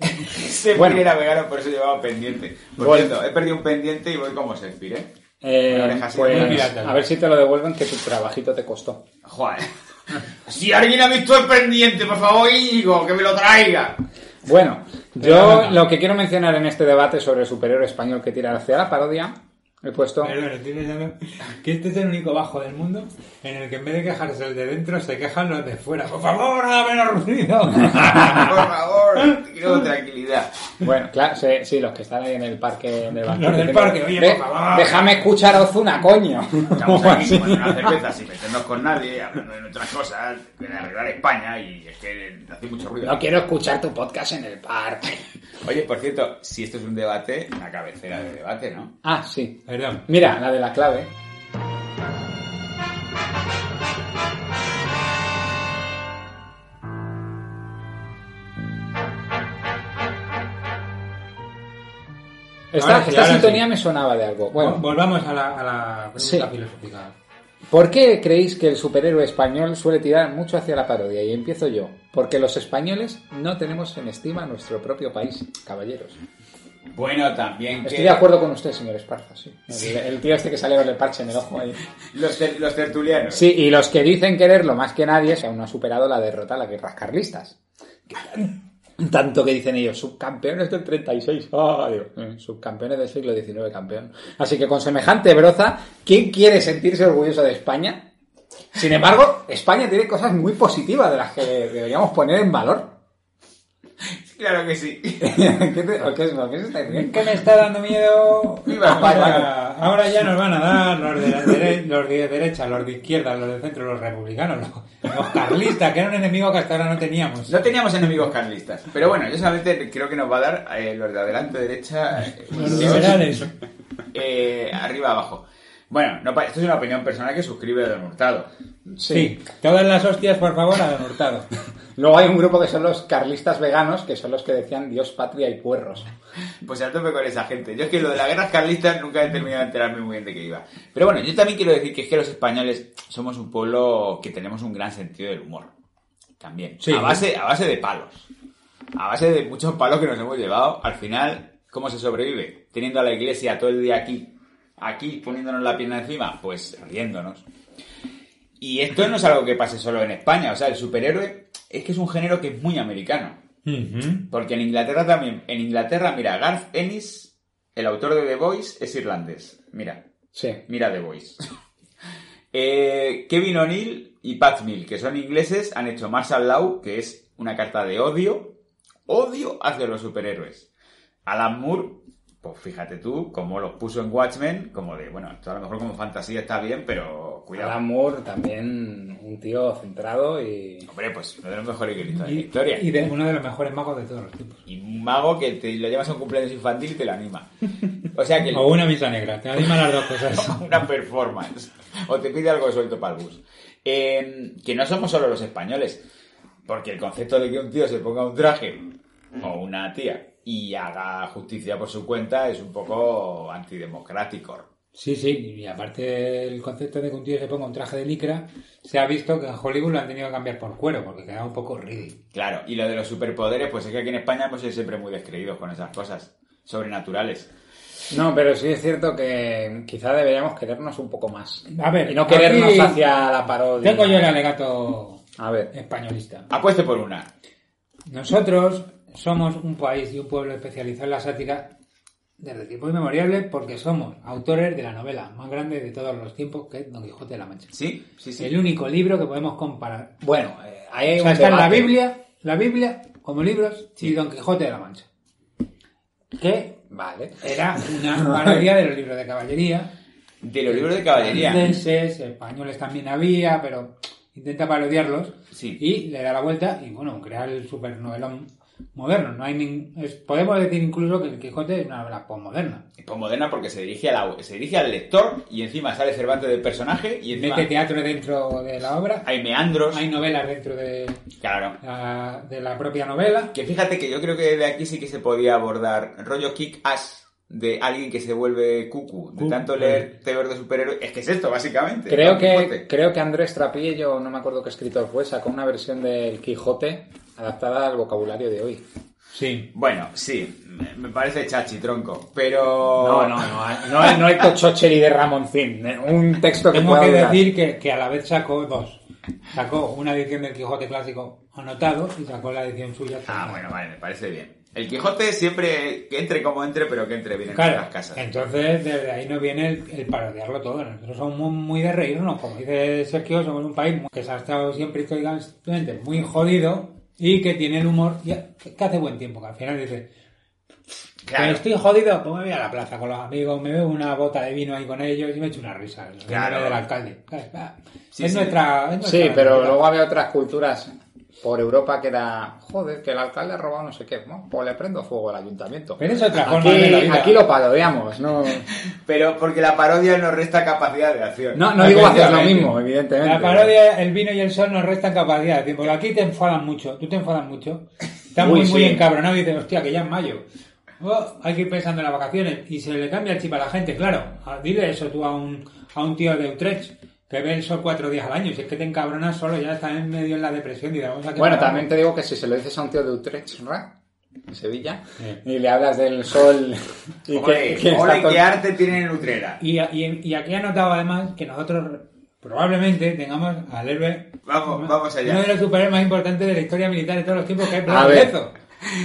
Speaker 6: se
Speaker 8: Bueno.
Speaker 6: era vegano, por eso llevaba pendiente. Por
Speaker 8: Bueno.
Speaker 6: cierto, he perdido un pendiente y voy como Shakespeare, ¿eh?
Speaker 8: Eh,
Speaker 6: Una oreja así, muy
Speaker 8: pues
Speaker 5: pirata.
Speaker 8: a ver si te lo devuelven que tu trabajito te costó.
Speaker 6: Joder. (laughs) Si alguien ha visto el pendiente, por favor, Íñigo, que me lo traiga.
Speaker 8: Bueno,
Speaker 5: Pero
Speaker 8: yo
Speaker 5: bueno.
Speaker 8: lo que quiero mencionar en este debate sobre el superhéroe español que tira hacia la parodia, he puesto...
Speaker 5: Perdón, estoy pensando que este es el único bajo del mundo en el que en vez de quejarse el de dentro, se quejan los de fuera. ¡Por favor, nada menos ruido! (laughs)
Speaker 6: Por favor, quiero tranquilidad.
Speaker 8: Bueno, claro, sí, sí, los que están ahí en el parque. En el banco,
Speaker 5: Los del
Speaker 8: diciendo,
Speaker 5: parque, oye,
Speaker 8: "Ve,
Speaker 5: por favor".
Speaker 8: Déjame escuchar a Ozuna, coño.
Speaker 6: Estamos
Speaker 8: (laughs) O así.
Speaker 6: aquí tomando una cerveza sin meternos con nadie, hablando de nuestras cosas, de arreglar España y es que hace mucho ruido.
Speaker 8: No quiero escuchar tu podcast en el parque.
Speaker 6: Oye, por cierto, si esto es un debate, una cabecera de debate, ¿no?
Speaker 8: Ah, sí.
Speaker 5: Perdón.
Speaker 8: Mira, la de la clave. Esta,
Speaker 5: Ahora sí,
Speaker 8: esta
Speaker 5: ahora
Speaker 8: sintonía
Speaker 5: sí.
Speaker 8: me sonaba de algo. Bueno,
Speaker 5: Bueno, volvamos a la, a la pregunta
Speaker 8: Sí.
Speaker 5: filosófica.
Speaker 8: ¿Por qué creéis que el superhéroe español suele tirar mucho hacia la parodia? Y empiezo yo. Porque los españoles no tenemos en estima nuestro propio país, caballeros.
Speaker 6: Bueno, también
Speaker 8: Estoy de acuerdo con usted, señor Esparza, sí. El, el tío este que sale con el parche en el ojo ahí.
Speaker 6: Los, ter- los tertulianos.
Speaker 8: Sí, y los que dicen quererlo más que nadie, si aún no ha superado la derrota a las guerras carlistas. Tanto que dicen ellos, subcampeones del 36. Ah, digo, eh, subcampeones del siglo XIX, campeón. Así que con semejante broza, ¿quién quiere sentirse orgulloso de España? Sin embargo, España tiene cosas muy positivas de las que deberíamos poner en valor. (laughs)
Speaker 6: Claro que sí.
Speaker 8: ¿Qué te- o qué es- o qué se está
Speaker 5: Es
Speaker 8: riendo?
Speaker 5: que me está dando miedo.
Speaker 6: Viva
Speaker 5: Ahora, ahora ya nos van a dar los de, la dere- los de derecha, los de izquierda, los de centro, los republicanos, los, los carlistas, que era un enemigo que hasta ahora no teníamos.
Speaker 6: No teníamos enemigos carlistas. Pero bueno, yo solamente creo que nos va a dar eh, los de adelante derecha. eh,
Speaker 5: Los
Speaker 6: dos,
Speaker 5: liberales.
Speaker 6: eh, arriba abajo. Bueno, no pa- esto es una opinión personal que suscribe Don Hurtado.
Speaker 5: Sí, todas las hostias, por favor, a Don Hurtado.
Speaker 8: (laughs) Luego hay un grupo que son los carlistas veganos, que son los que decían Dios, patria y puerros.
Speaker 6: Pues a tope con esa gente. Yo es que lo de las guerras carlistas nunca he terminado de enterarme muy bien de qué iba. Pero bueno, yo también quiero decir que es que los españoles somos un pueblo que tenemos un gran sentido del humor. También.
Speaker 5: Sí.
Speaker 6: A, base, a base de palos. A base de muchos palos que nos hemos llevado. Al final, ¿cómo se sobrevive? Teniendo a la iglesia todo el día aquí. Aquí, poniéndonos la pierna encima. Pues riéndonos. Y esto no es algo que pase solo en España. O sea, el superhéroe es que es un género que es muy americano.
Speaker 5: Ujú.
Speaker 6: Porque en Inglaterra también. En Inglaterra, mira, Garth Ennis, el autor de The Voice, es irlandés. Mira,
Speaker 8: Sí.
Speaker 6: mira The Voice.
Speaker 5: (laughs)
Speaker 6: Eh, Kevin O'Neill y Pat Mill, que son ingleses, han hecho Martial Law, que es una carta de odio. Odio hacia los superhéroes. Alan Moore, pues fíjate tú, como los puso en Watchmen, como de, bueno, esto a lo mejor como fantasía está bien, pero cuidado.
Speaker 8: Alan Moore también un tío centrado y...
Speaker 6: Hombre, pues uno de los mejores guionistas de la
Speaker 5: Y,
Speaker 6: historia.
Speaker 5: y de uno de los mejores magos de todos los tiempos.
Speaker 6: Y un mago que te lo llevas a un cumpleaños infantil y te lo
Speaker 5: (laughs)
Speaker 6: anima. O sea que... el-
Speaker 5: O una misa negra, te anima las dos cosas.
Speaker 6: una performance. O te pide algo suelto para el bus. Eh, que no somos solo los españoles. Porque el concepto de que un tío se ponga un traje o una tía y haga justicia por su cuenta es un poco antidemocrático.
Speaker 5: Sí, sí, y aparte el concepto de que un tío se ponga un traje de licra, se ha visto que en Hollywood lo han tenido que cambiar por cuero, porque quedaba un poco ridículo.
Speaker 6: Claro, y lo de los superpoderes, pues es que aquí en España hemos sido siempre muy descreídos con esas cosas sobrenaturales.
Speaker 8: No, pero sí es cierto que quizá deberíamos querernos un poco más.
Speaker 5: A ver,
Speaker 8: Y no querernos
Speaker 5: aquí
Speaker 8: hacia la parodia.
Speaker 5: Tengo yo el alegato
Speaker 8: A ver. eh,
Speaker 5: españolista.
Speaker 6: Apueste por una.
Speaker 5: Nosotros somos un país y un pueblo especializado en la sátira desde tiempos inmemoriales porque somos autores de la novela más grande de todos los tiempos, que es Don Quijote de la Mancha.
Speaker 6: Sí, sí, sí.
Speaker 5: El único libro que podemos comparar.
Speaker 8: Bueno, eh, ahí hay
Speaker 5: O sea,
Speaker 8: un
Speaker 5: está en la
Speaker 8: debate.
Speaker 5: Biblia, la Biblia como libros y Don Quijote de la Mancha. Que
Speaker 8: Vale.
Speaker 5: era una parodia de los libros de caballería.
Speaker 6: De los libros de caballería.
Speaker 5: Franceses, españoles también había, pero intenta parodiarlos
Speaker 6: Sí.
Speaker 5: y le da la vuelta y bueno, crear el supernovelón moderno. No hay nin- es- podemos decir incluso que el Quijote es una novela postmoderna.
Speaker 6: Es postmoderna Pues porque se dirige, a la- se dirige al lector y encima sale Cervantes del personaje y encima
Speaker 5: Mete teatro dentro de la obra,
Speaker 6: hay meandros.
Speaker 5: hay novelas dentro de
Speaker 6: Claro.
Speaker 5: la, de la propia novela.
Speaker 6: Que fíjate que yo creo que de aquí sí que se podía abordar rollo kick ass de alguien que se vuelve cucu, de
Speaker 5: Cucu.
Speaker 6: tanto leer TV de superhéroes. Es que es esto, básicamente.
Speaker 8: Creo
Speaker 6: ¿no?
Speaker 8: que,
Speaker 6: Quijote.
Speaker 8: creo que Andrés Trapillo, no me acuerdo qué escritor fue, sacó una versión del Quijote adaptada al vocabulario de hoy.
Speaker 5: Sí.
Speaker 6: Bueno, sí, me- me parece chachi, tronco, pero...
Speaker 5: Oh.
Speaker 8: No, no, no, no, es- no es Tochocheri de Ramoncín. eh, Un texto que
Speaker 5: Tengo
Speaker 8: pueda
Speaker 5: que
Speaker 8: durar.
Speaker 5: decir que, que a la vez sacó dos. Sacó una edición del Quijote clásico anotado y sacó la edición suya.
Speaker 6: Ah, bueno, vale, me parece bien. El Quijote siempre, que entre como entre, pero que entre bien en
Speaker 5: Claro,
Speaker 6: nuestras casas.
Speaker 5: entonces desde ahí nos viene el, el parodiarlo todo. Nosotros somos muy, muy de reírnos, como dice Sergio, somos un país muy- que se ha estado siempre históricamente muy jodido y que tiene el humor y- que hace buen tiempo, que al final dice,
Speaker 6: Claro,
Speaker 5: "Pero estoy jodido, pues me voy a la plaza con los amigos, me bebo una bota de vino ahí con ellos y me echo una risa. el
Speaker 6: Claro.
Speaker 5: nombre del alcalde. Claro, claro.
Speaker 6: Sí,
Speaker 5: es,
Speaker 6: sí.
Speaker 5: Nuestra, es nuestra
Speaker 8: Sí, pero
Speaker 5: cultura.
Speaker 8: luego había otras culturas por Europa que era, joder, que el alcalde ha robado no sé qué, ¿no? pues le prendo fuego al ayuntamiento.
Speaker 5: Pero es otra forma de la
Speaker 8: Aquí,
Speaker 5: vida.
Speaker 8: aquí lo parodiamos, no,
Speaker 6: pero porque la parodia nos resta capacidad de acción.
Speaker 8: no, no digo hacer lo mismo, evidentemente.
Speaker 5: La parodia, el vino y el sol nos restan capacidad de tiempo. Aquí te enfadan mucho, tú te enfadas mucho. Estás
Speaker 8: Uy,
Speaker 5: muy, muy
Speaker 8: sí.
Speaker 5: encabronado y dices, hostia, que ya es mayo. Oh, hay que ir pensando en las vacaciones. Y se le cambia el chip a la gente, claro. Ah, Dile eso tú a un, a un tío de Utrecht que ve el sol cuatro días al año. Si es que te encabronas solo, ya estás en medio en la depresión y te vamos a quemar.
Speaker 8: Bueno, también te digo que si se lo dices a un tío de Utrecht, ¿verdad? En Sevilla,
Speaker 5: Sí.
Speaker 8: y le hablas del sol y que-
Speaker 6: Ole,
Speaker 8: que está
Speaker 6: ole,
Speaker 8: todo-
Speaker 6: qué arte tiene en Utrera.
Speaker 5: Y, y, y aquí he notado además que nosotros probablemente tengamos al héroe
Speaker 6: Vamos, vamos allá.
Speaker 5: uno de los superhéroes más importantes de la historia militar de todos los tiempos, que es
Speaker 8: A
Speaker 5: Blas
Speaker 8: ver,
Speaker 5: Lezo.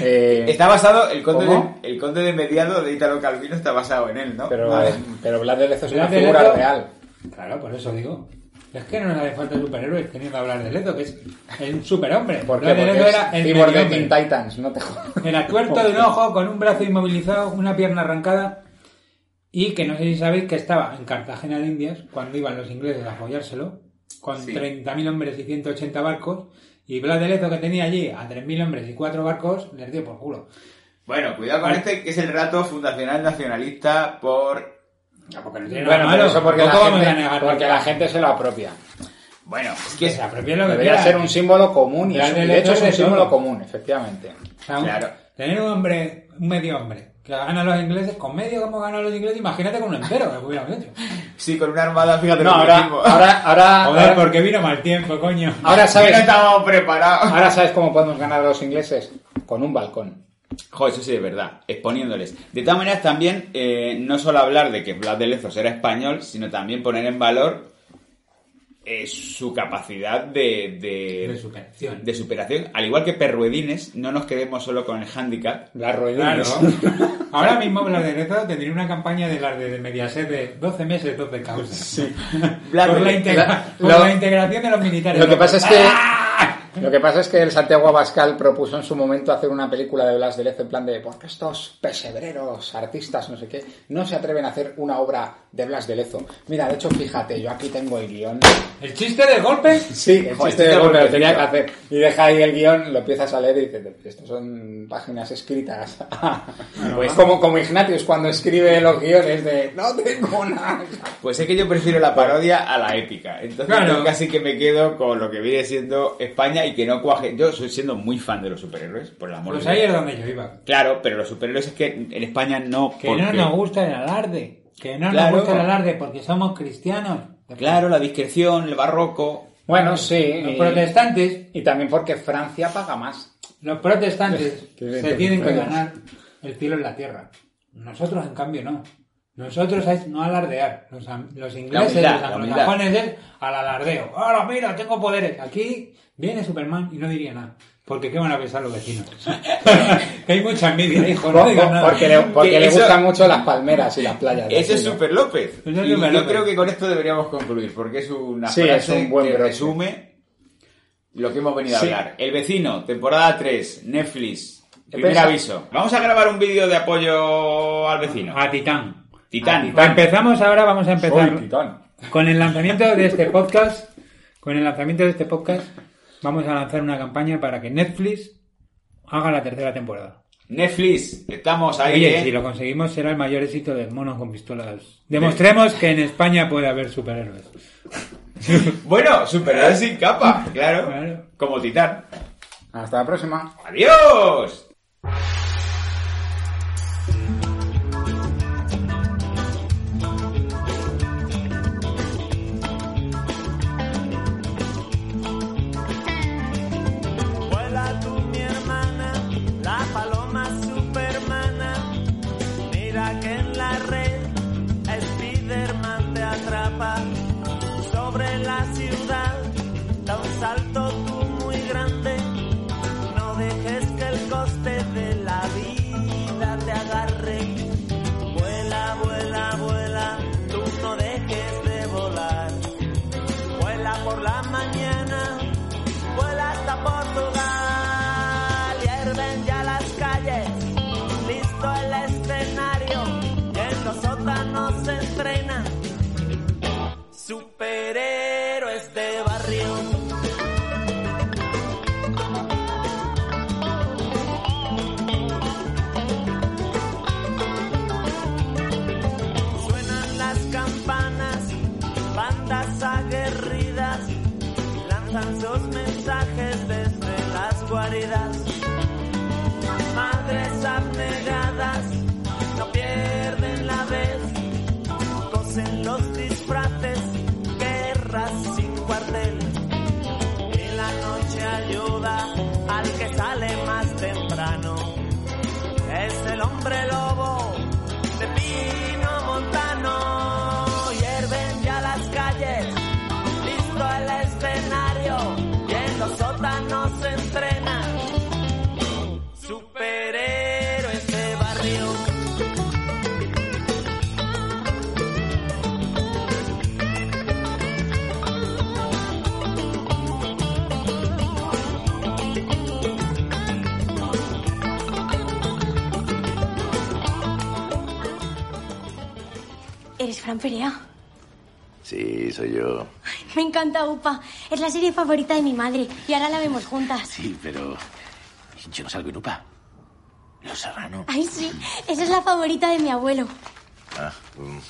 Speaker 8: Eh,
Speaker 6: Está basado, el conde,
Speaker 8: ¿cómo?
Speaker 6: de, el conde de mediado de Italo Calvino está basado en él, ¿no?
Speaker 8: Pero,
Speaker 6: Vale.
Speaker 8: pero Vlad de Lezo es una
Speaker 5: Vlad de
Speaker 8: figura
Speaker 5: Lezo-
Speaker 8: real.
Speaker 5: Claro, por eso digo. Es que no nos hace falta superhéroes teniendo a hablar de Leto, que es es un superhombre.
Speaker 8: ¿Por qué?
Speaker 5: Hablar de
Speaker 8: Porque
Speaker 5: Leto
Speaker 8: es
Speaker 5: era el
Speaker 8: cyborg de
Speaker 5: mediocre.
Speaker 8: Teen Titans, no te jodas.
Speaker 5: Era tuerto de un ojo, con un brazo inmovilizado, una pierna arrancada. Y que no sé si sabéis que estaba en Cartagena de Indias cuando iban los ingleses a follárselo, con
Speaker 6: Sí.
Speaker 5: 30.000 hombres y 180 barcos. Y Vlad de Lezo, que tenía allí a 3.000 hombres y 4 barcos, les dio por culo.
Speaker 6: Bueno, cuidado con
Speaker 5: Vale.
Speaker 6: este, que es el rato fundacional nacionalista por...
Speaker 5: porque no tiene nada
Speaker 8: Bueno, pero
Speaker 5: malo.
Speaker 8: eso porque, la
Speaker 5: Tampoco vamos a
Speaker 8: gente,
Speaker 5: negar
Speaker 8: porque
Speaker 5: nunca.
Speaker 8: la gente se lo apropia.
Speaker 6: Bueno, es que
Speaker 5: que
Speaker 6: es...
Speaker 5: se apropie lo que
Speaker 8: Debería
Speaker 5: quiera.
Speaker 8: ser un símbolo común. Y
Speaker 5: Vlad
Speaker 8: es-
Speaker 5: de
Speaker 8: y de
Speaker 5: Lezo
Speaker 8: hecho es
Speaker 5: es
Speaker 8: un
Speaker 5: de
Speaker 8: símbolo
Speaker 5: todo.
Speaker 8: común, efectivamente.
Speaker 5: O sea, un-
Speaker 6: Claro.
Speaker 5: Tener un hombre, un medio hombre, que gana los ingleses, con medio como ganan los ingleses, imagínate con un entero que hubiéramos hecho.
Speaker 6: Sí, con una armada, fíjate
Speaker 8: No,
Speaker 6: lo que
Speaker 8: ahora,
Speaker 6: digo.
Speaker 8: ahora, ahora,
Speaker 5: Joder,
Speaker 8: ahora,
Speaker 5: porque vino mal tiempo, coño.
Speaker 6: (laughs)
Speaker 8: Ah, ahora
Speaker 6: No
Speaker 8: sabes,
Speaker 6: estábamos preparados.
Speaker 8: ahora sabes cómo podemos ganar a los ingleses con un balcón.
Speaker 6: Joder, eso sí es verdad, exponiéndoles. De todas maneras, también, eh, no solo hablar de que Vlad de Lezos era español, sino también poner en valor eh, su capacidad de, de,
Speaker 5: De superación.
Speaker 6: de superación. Al igual que Perruedines, no nos quedemos solo con el handicap.
Speaker 8: (laughs)
Speaker 5: (laughs)
Speaker 8: Las
Speaker 5: Claro.
Speaker 8: ruedinas.
Speaker 5: (laughs) Ahora mismo Vlad de Lezo tendría una campaña de las de Mediaset de 12 meses, 12
Speaker 8: (laughs)
Speaker 5: causas.
Speaker 6: Vlad
Speaker 5: Por,
Speaker 6: de-
Speaker 5: la, integra-
Speaker 8: la-
Speaker 5: por
Speaker 8: lo-
Speaker 5: la integración de los militares.
Speaker 8: Lo que pasa es que.
Speaker 5: ¡Ah!
Speaker 8: Lo que pasa es que el Santiago Abascal propuso en su momento hacer una película de Blas de Lezo en plan de porque estos pesebreros, artistas, no sé qué, no se atreven a hacer una obra de Blas de Lezo. Mira, de hecho, fíjate, yo aquí tengo el guión.
Speaker 5: ¿El chiste del golpe?
Speaker 8: Sí, el
Speaker 6: Joder,
Speaker 8: chiste de
Speaker 6: este
Speaker 8: golpe lo
Speaker 6: golpe,
Speaker 8: tenía que
Speaker 6: tío.
Speaker 8: hacer. Y deja ahí el guión, lo empiezas a leer y dices, estos son páginas escritas. (laughs) pues como, como Ignatius cuando escribe los guiones de no tengo nada.
Speaker 6: Pues es que yo prefiero la parodia a la épica. Entonces
Speaker 5: Claro.
Speaker 6: yo casi que me quedo con lo que viene siendo España y que no cuaje. Yo soy siendo muy fan de los superhéroes, por el amor
Speaker 5: Pues
Speaker 6: de
Speaker 5: ahí
Speaker 6: Dios.
Speaker 5: es donde yo iba.
Speaker 6: Claro, pero los superhéroes es que en España no.
Speaker 5: Que
Speaker 6: porque-
Speaker 5: no nos gusta el alarde. Que no
Speaker 6: Claro.
Speaker 5: nos gusta el alarde porque somos cristianos.
Speaker 6: Claro, la discreción, el barroco.
Speaker 8: Bueno, sí. eh.
Speaker 5: Los
Speaker 8: y-
Speaker 5: protestantes,
Speaker 8: y también porque Francia paga más.
Speaker 5: los protestantes
Speaker 8: (laughs) Qué bien,
Speaker 5: se
Speaker 8: qué
Speaker 5: tienen que
Speaker 8: bien.
Speaker 5: ganar el cielo en la tierra. Nosotros, en cambio, no. Nosotros es no alardear. Los, am- los ingleses,
Speaker 6: humildad,
Speaker 5: los
Speaker 6: la humildad.
Speaker 5: anglosajones es al alardeo. Ahora mira, tengo poderes. Aquí viene Superman y no diría nada. Porque qué van a pensar los vecinos. (laughs) que hay mucha envidia, hijo. No digas nada.
Speaker 8: Porque le, porque
Speaker 6: Que
Speaker 8: le
Speaker 6: eso-
Speaker 8: gustan mucho las palmeras y las playas. de
Speaker 6: Ese es
Speaker 8: aquello.
Speaker 6: Super López.
Speaker 5: Ese es
Speaker 6: Y
Speaker 5: Super
Speaker 6: yo
Speaker 5: López.
Speaker 6: creo que con esto deberíamos concluir, porque es una
Speaker 8: Sí,
Speaker 6: frase
Speaker 8: es un buen
Speaker 6: que
Speaker 8: broche.
Speaker 6: resume lo que hemos venido
Speaker 8: Sí.
Speaker 6: a hablar. El vecino, temporada 3, Netflix. Primer
Speaker 8: Pensa-
Speaker 6: aviso. Vamos a grabar un vídeo de apoyo al vecino.
Speaker 5: A Ah, Titán.
Speaker 6: Titán.
Speaker 5: A Empezamos ahora, vamos a empezar.
Speaker 8: Soy titán.
Speaker 5: Con el lanzamiento de este podcast, con el lanzamiento de este podcast, vamos a lanzar una campaña para que Netflix haga la tercera temporada.
Speaker 6: Netflix, estamos ahí.
Speaker 5: Oye,
Speaker 6: ¿eh?
Speaker 5: si lo conseguimos será el mayor éxito de monos con pistolas. Demostremos que en España puede haber superhéroes.
Speaker 6: Bueno, superhéroe sin capa, claro.
Speaker 5: Claro.
Speaker 6: Como titán.
Speaker 8: Hasta la próxima.
Speaker 6: ¡Adiós!
Speaker 12: Vuela tú mi hermana, la paloma supermana. Mira que en la red Spiderman te atrapa. Sobre la ciudad da un salto tú muy grande. No dejes que el coste de la vida te agarre. Vuela, vuela, vuela, tú no dejes de volar. Vuela por la mañana vuela hasta Portugal. Hierven ya las calles, listo el escenario, y en los sótanos se entrenan superhéroes de barrio. Suenan las campanas, bandas aguerridas lanzan sus mensajes desde las guaridas. Madres abnegadas no pierden la vez, cosen los disfraces, guerras sin cuartel. Y la noche ayuda al que sale más temprano. Es el hombre lobo de Pino Montano. Hierven ya las calles, listo el escenario y en los sótanos se entrenan. Su- Fran Perea.
Speaker 1: Sí, soy yo.
Speaker 12: Me encanta UPA. Es la serie favorita de mi madre y ahora la vemos juntas.
Speaker 1: Sí, pero yo no salgo en UPA. Los Serrano.
Speaker 12: Ay, sí. Esa es la favorita de mi abuelo.
Speaker 1: Ah, mm.